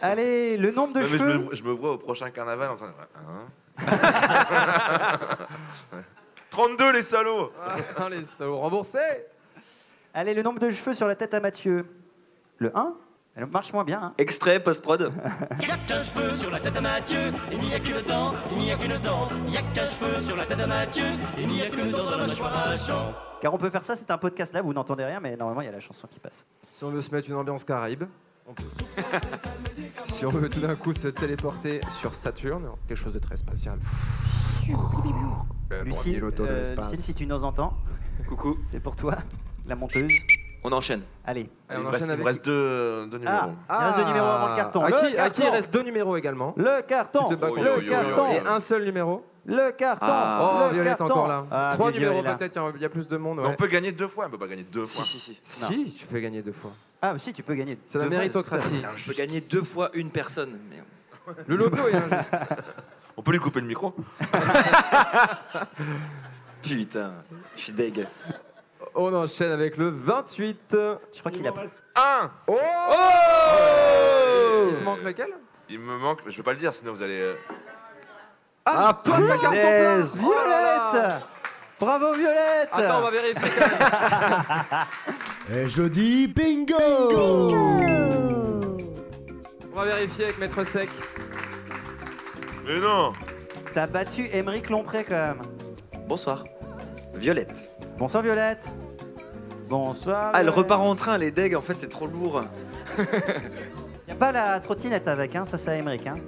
Allez, le nombre de
Ouais, mais je,
cheveux.
me, je me vois au prochain carnaval en train de. Hein
[laughs]
32 les salauds
Ah, les salauds remboursés
Allez, le nombre de cheveux sur la tête à Mathieu. Le 1 Elle marche moins bien. hein.
Extrait
[laughs]
post-prod.
Y'a qu'un cheveu sur la tête à Mathieu, il n'y a qu'une dent, il n'y a qu'une dent. Y'a qu'un cheveu sur la tête à Mathieu, il n'y a qu'une dent dans la mâchoire à Jean.
Car on peut faire ça, c'est un podcast là, vous n'entendez rien, mais normalement il y a la chanson qui passe.
Si on veut se mettre une ambiance caraïbe, on peut. si on veut tout d'un coup se téléporter sur Saturne, quelque chose de très spatial. Le
Lucille,
premier loto de
euh,
l'espace.
Lucille, si tu nous entends,
Coucou.
c'est pour toi, la monteuse.
On enchaîne.
Allez. Ah,
Allez, on
il, me reste,
enchaîne
il
avec-
me
Ah,
reste
euh,
deux, deux numéros.
Il reste deux numéros avant le carton.
À
Le
Ah, qui, à
carton.
qui il reste deux numéros également
Le carton
Tu te bats
Le
contre-
carton
Et un seul numéro
Le carton
Oh,
Ah, Le
Violette
carton.
encore là.
Ah,
Trois
mais
numéros
Violette.
peut-être, il y a- il y a plus de monde.
Mais
ouais.
on peut gagner deux fois, on peut pas gagner deux fois.
Si, si, si.
Si, tu peux gagner deux fois.
Ah, si, tu peux gagner.
C'est la
deux fois.
méritocratie.
Je peux gagner deux fois une personne. mais-
Le loto est injuste.
On peut lui couper le micro
[laughs] Putain, je suis deg.
On enchaîne avec le 28.
Je crois qu'il a. Ah,
Un
Oh
Oh
Oh
Il te manque lequel
Il me manque, je vais pas le dire sinon vous allez. euh,
Ah, toi, t'as carton plein
Yes,
Oh là là
Violette Bravo Violette
Attends, on va vérifier.
[laughs] Et je dis bingo,
On va vérifier avec Maître Sec.
Mais non
T'as battu Émeric Lompré quand même.
Bonsoir. Violette.
Bonsoir Violette. Bonsoir.
Ah, elle
Violette.
repart en train, les deg, en fait, c'est trop lourd.
Y a pas la trottinette avec, hein, ça c'est à Émeric. Hein. [laughs]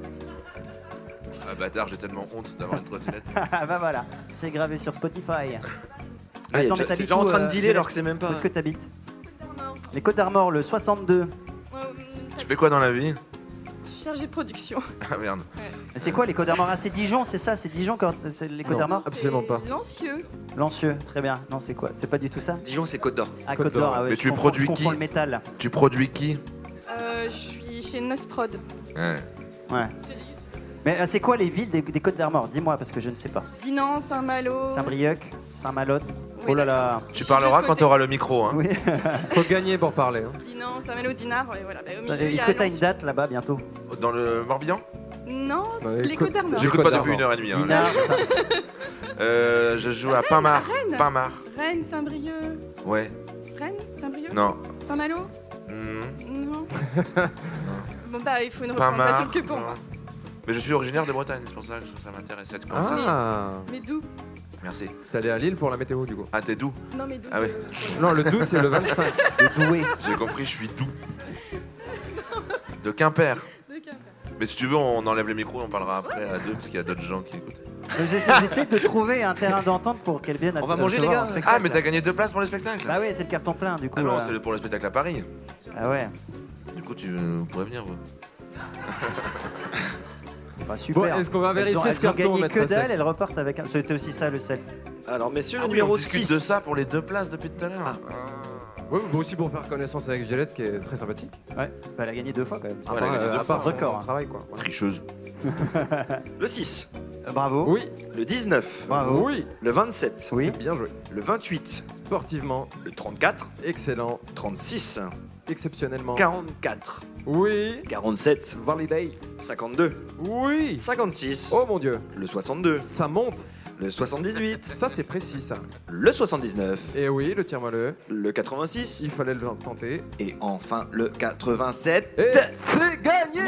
Ah bâtard, j'ai tellement honte d'avoir une trottinette.
Ah bah voilà, c'est gravé sur Spotify.
[laughs] Ah, y a déjà-
mais
c'est
t'habites
déjà en
où,
train de
euh,
dealer
Violette
alors que c'est même pas-
Où est-ce que t'habites Les Côtes d'Armor, le 62.
tu fais quoi dans la vie
euh,
[laughs]
Chargé de production.
Ah merde.
Mais C'est quoi les Côtes d'Armor Ah, c'est Dijon, c'est ça, c'est Dijon, quand- c'est les
Ah
Côtes
Non,
d'Armor
absolument pas.
Lancieux.
Lancieux, très bien. Non, c'est quoi C'est pas du tout ça
Dijon, c'est Côte d'Or.
Ah,
Côte
Côte d'Or,
d'Or.
ah ouais.
Mais
je
tu
confonds-
produis
je confonds
qui
le métal.
Tu produis qui
Euh, je suis chez Nosprod.
Ouais.
Ouais. Mais ah, c'est quoi les villes des, des Côtes d'Armor Dis-moi, parce que je ne sais pas.
Dinan, Saint-Malo.
Saint-Brieuc, Saint-Malode.
Oui, bah,
Oh là là.
Tu parleras quand t'auras le micro. Hein.
Oui. [laughs]
Faut gagner pour parler. hein.
Dinan, Saint-Malo, Dinard. Et voilà. Bah, au milieu, il y
Est-ce
a
que t'as
Lancieux.
une date là-bas bientôt
Dans le Morbihan
Non,
Ouais,
l'écodarme.
J'écoute pas depuis une heure et demie. hein.
Dinard,
Euh, je joue à Pinmar.
Rennes.
Pinmar.
Rennes, Saint-Brieuc.
Ouais.
Rennes, Saint-Brieuc
Non.
Saint-Malo
Mhm. [laughs]
Non. Bon, bah, il faut une
Pas
représentation
marre,
que pour
non.
moi.
Mais je suis originaire de Bretagne, c'est pour ça que ça m'intéresse cette conversation.
Ah
Mais d'où
Merci.
T'es allé à Lille pour la météo du coup
Ah, t'es doux
Non, mais d'où
Ah oui.
Non, le doux, c'est le 25.
Le doué. J'ai compris, je suis doux. De Quimper. Mais si tu veux, on enlève les micros et on parlera après à deux, parce qu'il y a d'autres gens qui écoutent.
Mais J'essaie j'essaie de trouver un terrain d'entente pour qu'elle vienne.
On va manger, les gars Ah, mais t'as gagné deux places pour les spectacles
Bah oui, c'est le carton plein du coup.
Ah non,
là.
c'est le- pour le spectacle à Paris.
Ah ouais.
Du coup, tu vous pourrez venir, vous.
Bah, super.
Bon, est-ce qu'on va
Elles
vérifier
ont-
ce
elles ont
carton,
gagné
maître
que
Sec
dalle, elles repartent avec un. C'était aussi ça le sel.
Alors, messieurs,
Ah oui, on discute de ça pour les deux places depuis tout à l'heure.
Ah,
Ah.
Oui, mais aussi pour faire connaissance avec Violette qui est très sympathique.
Ouais, bah, elle a gagné deux fois quand même.
Ah, bah, euh, à part son
record.
travail quoi. Ouais.
Tricheuse.
Le 6.
Bravo.
Oui.
Le 19.
Bravo.
Oui.
Le 27.
Oui.
C'est bien joué.
Le 28.
Sportivement,
Le 34.
excellent,
36.
exceptionnellement.
44.
Oui.
47.
Validate.
52.
Oui.
56.
Oh mon dieu.
Le 62.
Ça monte.
Le 78.
Ça, c'est précis ça.
Le 79.
Et oui, le tire-moi le.
Le 86.
Il fallait le tenter.
Et enfin le 87.
Et c'est gagné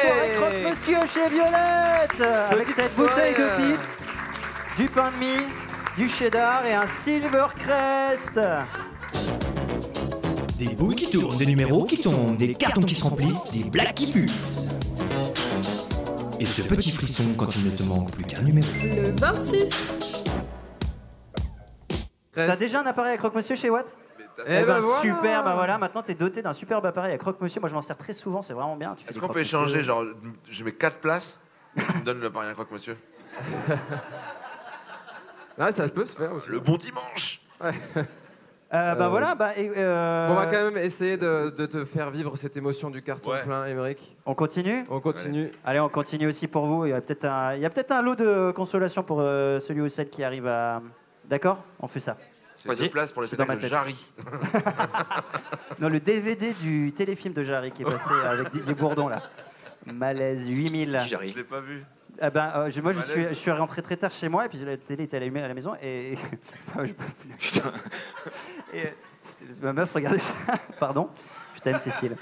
Soirée croque-monsieur chez Violette Avec
Petite
cette
soirée,
bouteille de
euh.
pif, du pain de mie, du cheddar et un Silver Crest
Des bouts qui tournent, des numéros qui tombent, des cartons qui se remplissent, des blagues qui puent. Et ce petit frisson quand il ne te manque plus qu'un numéro.
Le 26.
T'as déjà un appareil à croque-monsieur chez Watt
Eh ben voilà.
super, bah voilà, maintenant t'es doté d'un superbe appareil à croque-monsieur. Moi je m'en sers très souvent, c'est vraiment bien. Tu fais
Est-ce
des
qu'on peut
croque-monsieur.
échanger Genre, je mets quatre places, tu me donnes le pari à croque, monsieur.
Ouais, Ah, ça peut se faire aussi.
Le bon dimanche
Ouais.
Euh, bah
Euh,
voilà, bah. et, euh,
On va quand même essayer de, de te faire vivre cette émotion du carton
Ouais.
plein, Émeric.
On continue
On continue.
Allez, on continue aussi pour vous. Il y a peut-être un, il y a peut-être un lot de consolation pour euh, celui ou celle qui arrive à. D'accord On fait ça.
C'est deux places pour les
C'est dans ma
spectacles de Jarry.
Non, le DVD du téléfilm de Jarry qui est
[laughs]
passé avec Didier Bourdon, là. Malaise 8000.
Je l'ai pas vu.
Ah ben, euh, je- moi, je suis,
Malaise.
je suis rentré très tard chez moi et puis la télé était allumée à la maison et. [laughs] et- je peux plus. Et, euh, c'est- ma meuf regardait ça. [laughs] Pardon. Je t'aime, Cécile.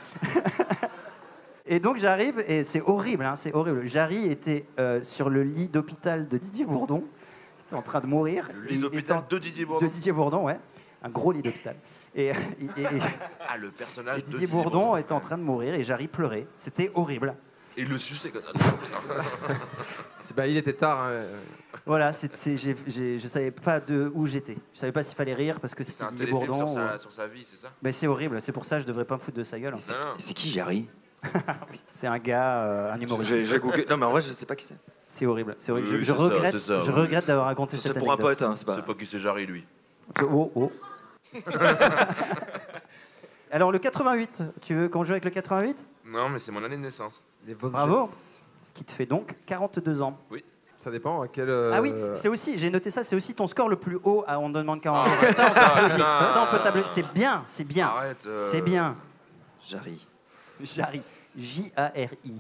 [laughs] Et donc j'arrive, et c'est horrible, hein, c'est horrible. Jarry était euh, sur le lit d'hôpital de Didier Bourdon, qui était en train de mourir.
Le
Il
lit
était
d'hôpital
en-
de Didier Bourdon.
De Didier Bourdon, ouais. Un gros lit d'hôpital. Et, euh, et- et- et-
Ah, le personnage
et
de
Didier Bourdon, était en train de mourir, et Jarry pleurait. C'était horrible.
Et le sucé, comme
[laughs]
C'est- Bah, il était tard. hein.
Voilà, c'est, c'est- j'ai- j'ai- je savais pas de où j'étais. Je savais pas s'il fallait rire parce que
C'est
c'était
un
Didier
téléfilm
Bourdon.
sur
ou-
sa, sur sa vie, c'est ça
Mais c'est horrible, c'est pour ça que je devrais pas me foutre de sa gueule.
Non, non.
C'est qui Jarry
C'est un gars, euh, un humoriste.
Je- je- je google- Non, mais en vrai, je sais pas qui c'est.
C'est horrible. C'est horrible.
Oui,
je je
c'est ça,
regrette,
c'est ça,
je
oui.
regrette d'avoir raconté
C'est
cette
pour un
anecdote.
pote, hein, c'est
Je
pas.
sais pas qui c'est Jarry, lui.
Oh,
[laughs]
oh. Alors le 88, tu veux qu'on joue avec le 88
Non, mais c'est mon année de naissance.
Les Vosges.
Bravo. Ce qui te fait donc 42 ans.
Ça dépend à quel. euh,
Ah oui, c'est aussi, j'ai noté ça, c'est aussi ton score le plus haut à On demande 40. ça, on
Ah,
peut
ça,
t'applaudir.
putain.
Ça, on peut t'applaudir. C'est bien, c'est bien.
Arrête, euh.
C'est bien.
Jarry.
Jarry. J-A-R-I.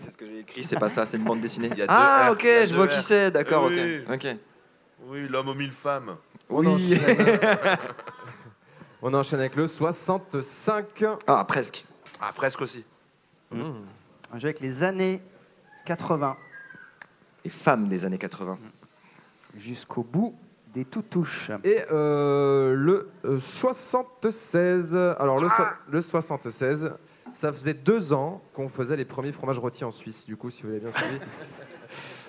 C'est ce que j'ai écrit, c'est pas ça, c'est une bande dessinée.
Il y a deux
Ah,
R,
ok,
il y a
je
deux
vois
R.
qui c'est, d'accord, ok.
Oui.
Ok.
Oui, l'homme aux mille femmes.
Oui.
[laughs]
On enchaîne avec le 65.
Ah, presque.
Ah, presque aussi.
On joue avec les années 80
Les femmes des années 80.
Mm. jusqu'au bout des toutouches.
Et euh, le euh, 76. Alors, le, soi- le 76, ça faisait deux ans qu'on faisait les premiers fromages rôtis en Suisse, du coup, si vous avez bien
[laughs]
suivi.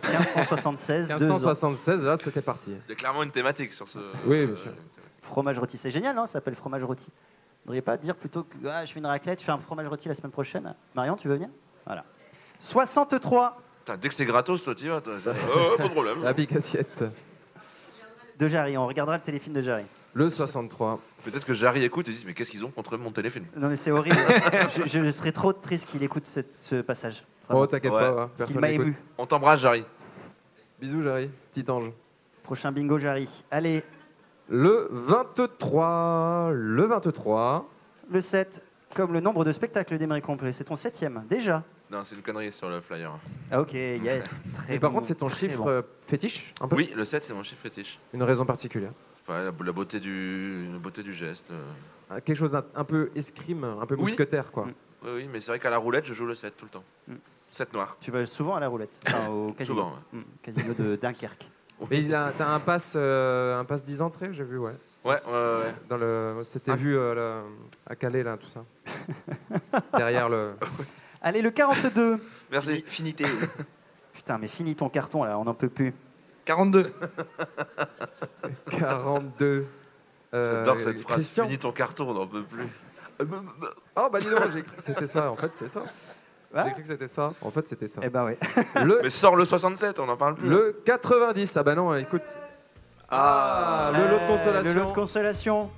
1576, deux ans.
1576, là, c'était parti.
Il y a clairement une thématique sur ce. Euh,
Oui, bien sûr.
Fromage rôti, c'est génial, non Ça s'appelle fromage rôti. Vous devriez pas dire plutôt que ah, je fais une raclette, je fais un fromage rôti la semaine prochaine. Marion, tu veux venir Voilà. 63
Putain, dès que c'est gratos, toi, tu vas. toi, c'est- [laughs] Oh, pas de problème.
La big assiette.
de Jarry, on regardera le téléfilm de Jarry.
Le 63.
Peut-être que Jarry écoute et dit Mais qu'est-ce qu'ils ont contre mon téléfilm
Non mais
[laughs]
c'est horrible. je, je serais trop triste qu'il écoute cette- ce passage. Vraiment.
Oh, t'inquiète
Ouais.
pas, hein,
Parce qu'il
personne
m'a
n'écoute.
ému.
On t'embrasse, Jarry.
Bisous, Jarry. Petit ange.
Prochain bingo Jarry. Allez,
Le 23. Le 23.
le 7, comme le nombre de spectacles d'Émeric Complet, c'est ton septième déjà.
Non, c'est une connerie sur le flyer.
Ah, ok, yes. Très
Mais
par
bon,
contre, c'est ton
très
chiffre
bon.
euh, fétiche un peu
Oui, le 7, c'est mon chiffre fétiche.
Une raison particulière.
Enfin, la, la beauté, du, la beauté du geste. euh.
Ah, Quelque chose d'un- un peu escrime, un peu
Oui. Mm.
mousquetaire, quoi.
Oui, oui, mais c'est vrai qu'à la roulette, je joue le 7 tout le temps.
Mm.
7 noir.
Tu vas souvent à la roulette Enfin,
[laughs]
au casino.
Souvent,
Mm, Casino de Dunkerque.
Mais il a- t'as un pass, euh, un pass 10 entrées, j'ai vu, ouais.
Ouais, ouais, ouais.
Dans le, c'était
Ah.
vu euh, là, à Calais, là, tout
[laughs]
ça. Derrière le.
Allez, le 42.
Merci.
Finité.
Putain, mais finis ton carton là, on n'en peut plus.
[laughs]
42.
42. Euh,
[laughs] J'adore cette phrase.
Christian.
Finis ton carton, on n'en peut plus.
Euh,
Oh, bah dis donc, j'ai cru que c'était ça, en fait, c'est ça.
Ouais.
J'ai cru que c'était ça, en fait, c'était ça.
Ah, Eh ben ouais.
Mais sors le 67, on n'en parle plus. hein.
Le 90, ah bah non, écoute. Ah, le lot de consolation.
Euh, Le lot de consolation.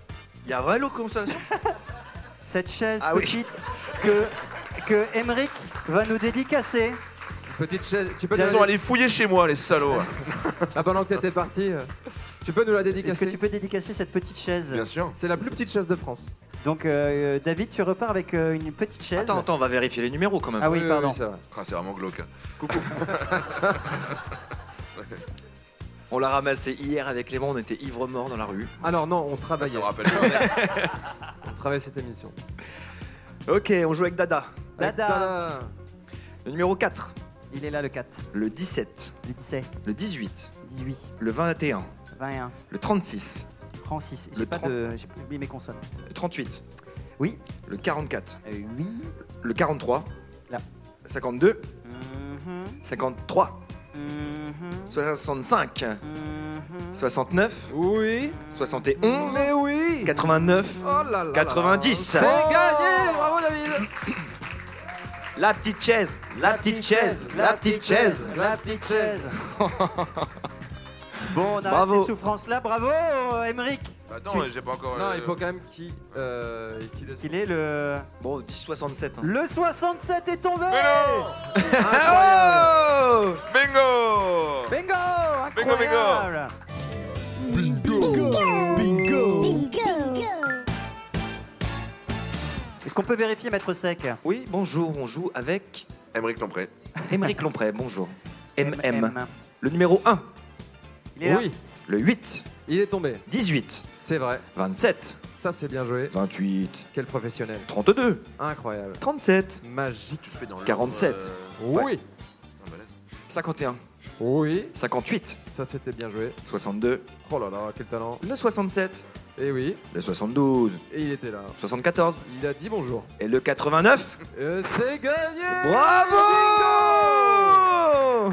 Il y a un vrai lot de consolation
[laughs] Cette chaise
Ah oui.
petite que, que Emmerich va nous dédicacer.
Petite chaise. Tu peux
Ils
nous la
sont
dé-
allés fouiller chez moi, les salauds. hein.
Ah, pendant que t'étais parti, euh, tu peux nous la
Est-ce que
dédicacer
tu peux dédicacer cette petite chaise Bien
sûr.
C'est la plus petite chaise de France.
Donc, euh, David, tu repars avec euh, une petite chaise.
Attends, attends, on va vérifier les numéros quand même.
Ah oui, Oui, pardon. oui,
c'est vrai.
Ah, c'est vraiment glauque. hein.
Coucou. on l'a ramassé hier avec Clément, on était ivre mort dans la rue.
Alors, Ah non, on travaillait.
Ça me rappelle.
on travaillait cette émission.
Ok, on joue avec Dada.
Avec
Dada.
Le numéro 4,
Il est là, le 4.
le 17,
Le 17,
le 18,
18,
le 21,
21,
le 36,
Francis. J'ai
Le
pas
30.
de. J'ai oublié mes consonnes.
le 38.
Oui.
Le 44,
Euh, oui.
le 43,
Là.
52,
Mhm,
53,
mhm,
65,
mhm.
69,
Oui.
71,
Mais oui
89,
Oh là là
90.
là là. C'est gagné Bravo, David
[coughs] La petite chaise, la, petite chaise, la petite chaise.
La petite
[laughs]
chaise. bon, on arrête
Bravo.
les souffrances là. Bravo, Emmerich.
Bah, Attends, j'ai pas encore.
Non,
euh,
il faut quand même qu'il. euh, qu'il ait-
Il est le.
Bon, 10,67. hein.
Le 67 est tombé
Mais non
Oh
Bingo
Bingo
Bingo,
Incroyable
Bingo Bingo
Est-ce qu'on peut vérifier, Maître Sec
Oui, bonjour, on joue avec
Émeric Lompré.
Émeric Lompré, bonjour. MM.
MM.
Le numéro 1,
Il est là.
Oui,
le 8,
il est tombé.
18,
C'est vrai.
27,
Ça, c'est bien joué.
28,
Quel professionnel.
32,
Incroyable.
37,
Magique.
Tu le fais dans l'ordre,
47.
euh,
Oui.
putain, bah, balèze.
51,
Oui.
58,
Ça, c'était bien joué.
62,
Oh là là, quel talent.
le 67,
Et oui.
le 72,
Et il était là.
74
Il a dit bonjour.
et le 89.
Euh, c'est gagné
Bravo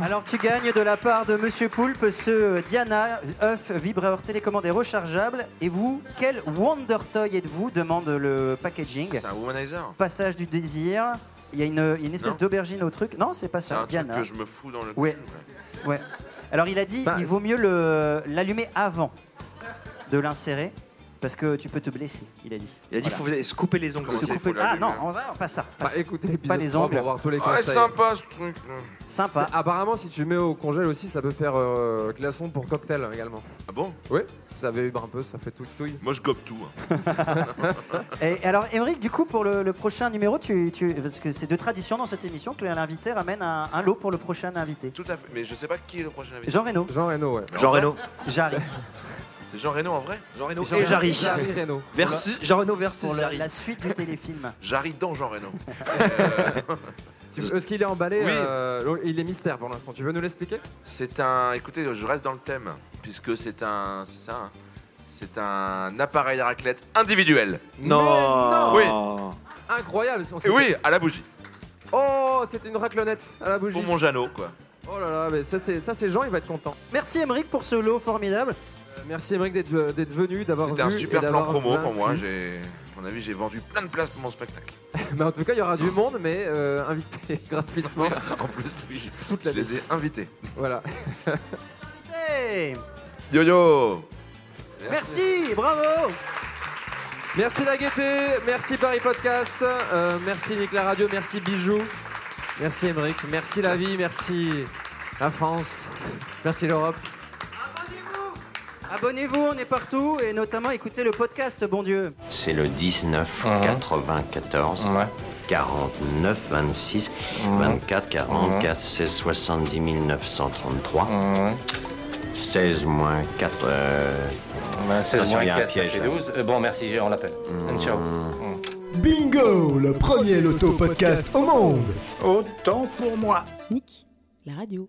Alors tu gagnes de la part de Monsieur Poulpe ce Diana œuf vibreur télécommandé rechargeable. Et vous, quel Wonder Toy êtes-vous demande le packaging.
C'est un womanizer.
Passage du désir. Il y a une, il y a une espèce
Non.
d'aubergine au truc. Non, c'est pas
C'est
ça.
un truc
Diana.
que je me fous dans le.
Ouais.
cul,
Ouais. Alors il a dit,
Bah,
il vaut mieux le- l'allumer avant de l'insérer parce que tu peux te blesser. Il a dit.
Il a dit
Voilà.
qu'il faut se couper les ongles
Comment
aussi.
c'est-
Couper-
faut
Ah
l'allumer. hein.
non, on va pas ça. Ah, pas
Bah
ça.
écoute l'épisode
les
3
ongles.
pour voir tous les
Ah,
conseils.
sympa ce truc. là.
Sympa.
C'est- Apparemment, si tu mets au congèle aussi, ça peut faire euh, glaçon pour cocktail également.
Ah bon
Oui, ça vibre un peu, ça fait tout touille.
Moi, je gobe tout. hein.
Et alors, Émeric, du coup, pour le, le prochain numéro, tu, tu- parce que c'est de tradition dans cette émission que l'invité ramène un, un lot pour le prochain invité.
Tout à fait. Mais je sais pas qui est le prochain invité.
Jean Reno,
Jean Reno, ouais.
Jean Reno.
j'arrive.
C'est Jean Reno en vrai
Jean Reno
Jean
et
Reno.
Jarry.
Jean Reno. Bah,
Versus, Jean Reno versus
Pour la,
Jarry.
la suite du téléfilm.
J'arrive dans Jean [laughs] Reno.
Tu- Est-ce qu'il est emballé
Oui.
euh, Il est mystère pour l'instant. Tu veux nous l'expliquer
C'est un. Écoutez, je reste dans le thème, puisque c'est un. C'est ça. hein. C'est un appareil à raclette individuel.
Oh.
Non.
Mais
Incroyable on
Et
s'est-
oui, à la bougie.
Oh, c'est une raclonnette à la bougie.
Pour mon Jeannot, quoi.
Oh là là, mais ça c'est ça, c'est Jean, il va être content.
Merci Émeric pour ce lot formidable.
Euh, merci Émeric d'être euh, d'être venu, d'avoir vu.
C'était un super
et
plan
d'avoir
promo pour moi.
vaincu.
J'ai, à mon avis, j'ai vendu plein de places pour mon spectacle. [laughs]
[laughs] Mais en tout cas, il y aura du monde, mais euh, invité [laughs] gratuitement.
en plus, je,
Toute
je
la
les ai invités.
voilà.
Hey
Yo yo.
merci, bravo.
Merci la gaieté, merci Paris Podcast, euh, merci Nick la radio, merci Bijou, merci Émeric, merci la vie, merci la France, merci l'Europe.
Abonnez-vous, on est partout et notamment écoutez le podcast, bon Dieu.
C'est le 19 94 49 26 24 44 16 70 933 16 moins 4 euh...
16
attention,
moins
il y a un
4,
piège, là.
12. Euh, bon, merci, on l'appelle. Ciao.
Bingo, le premier loto-podcast au monde
Autant pour moi.
Nick, la radio.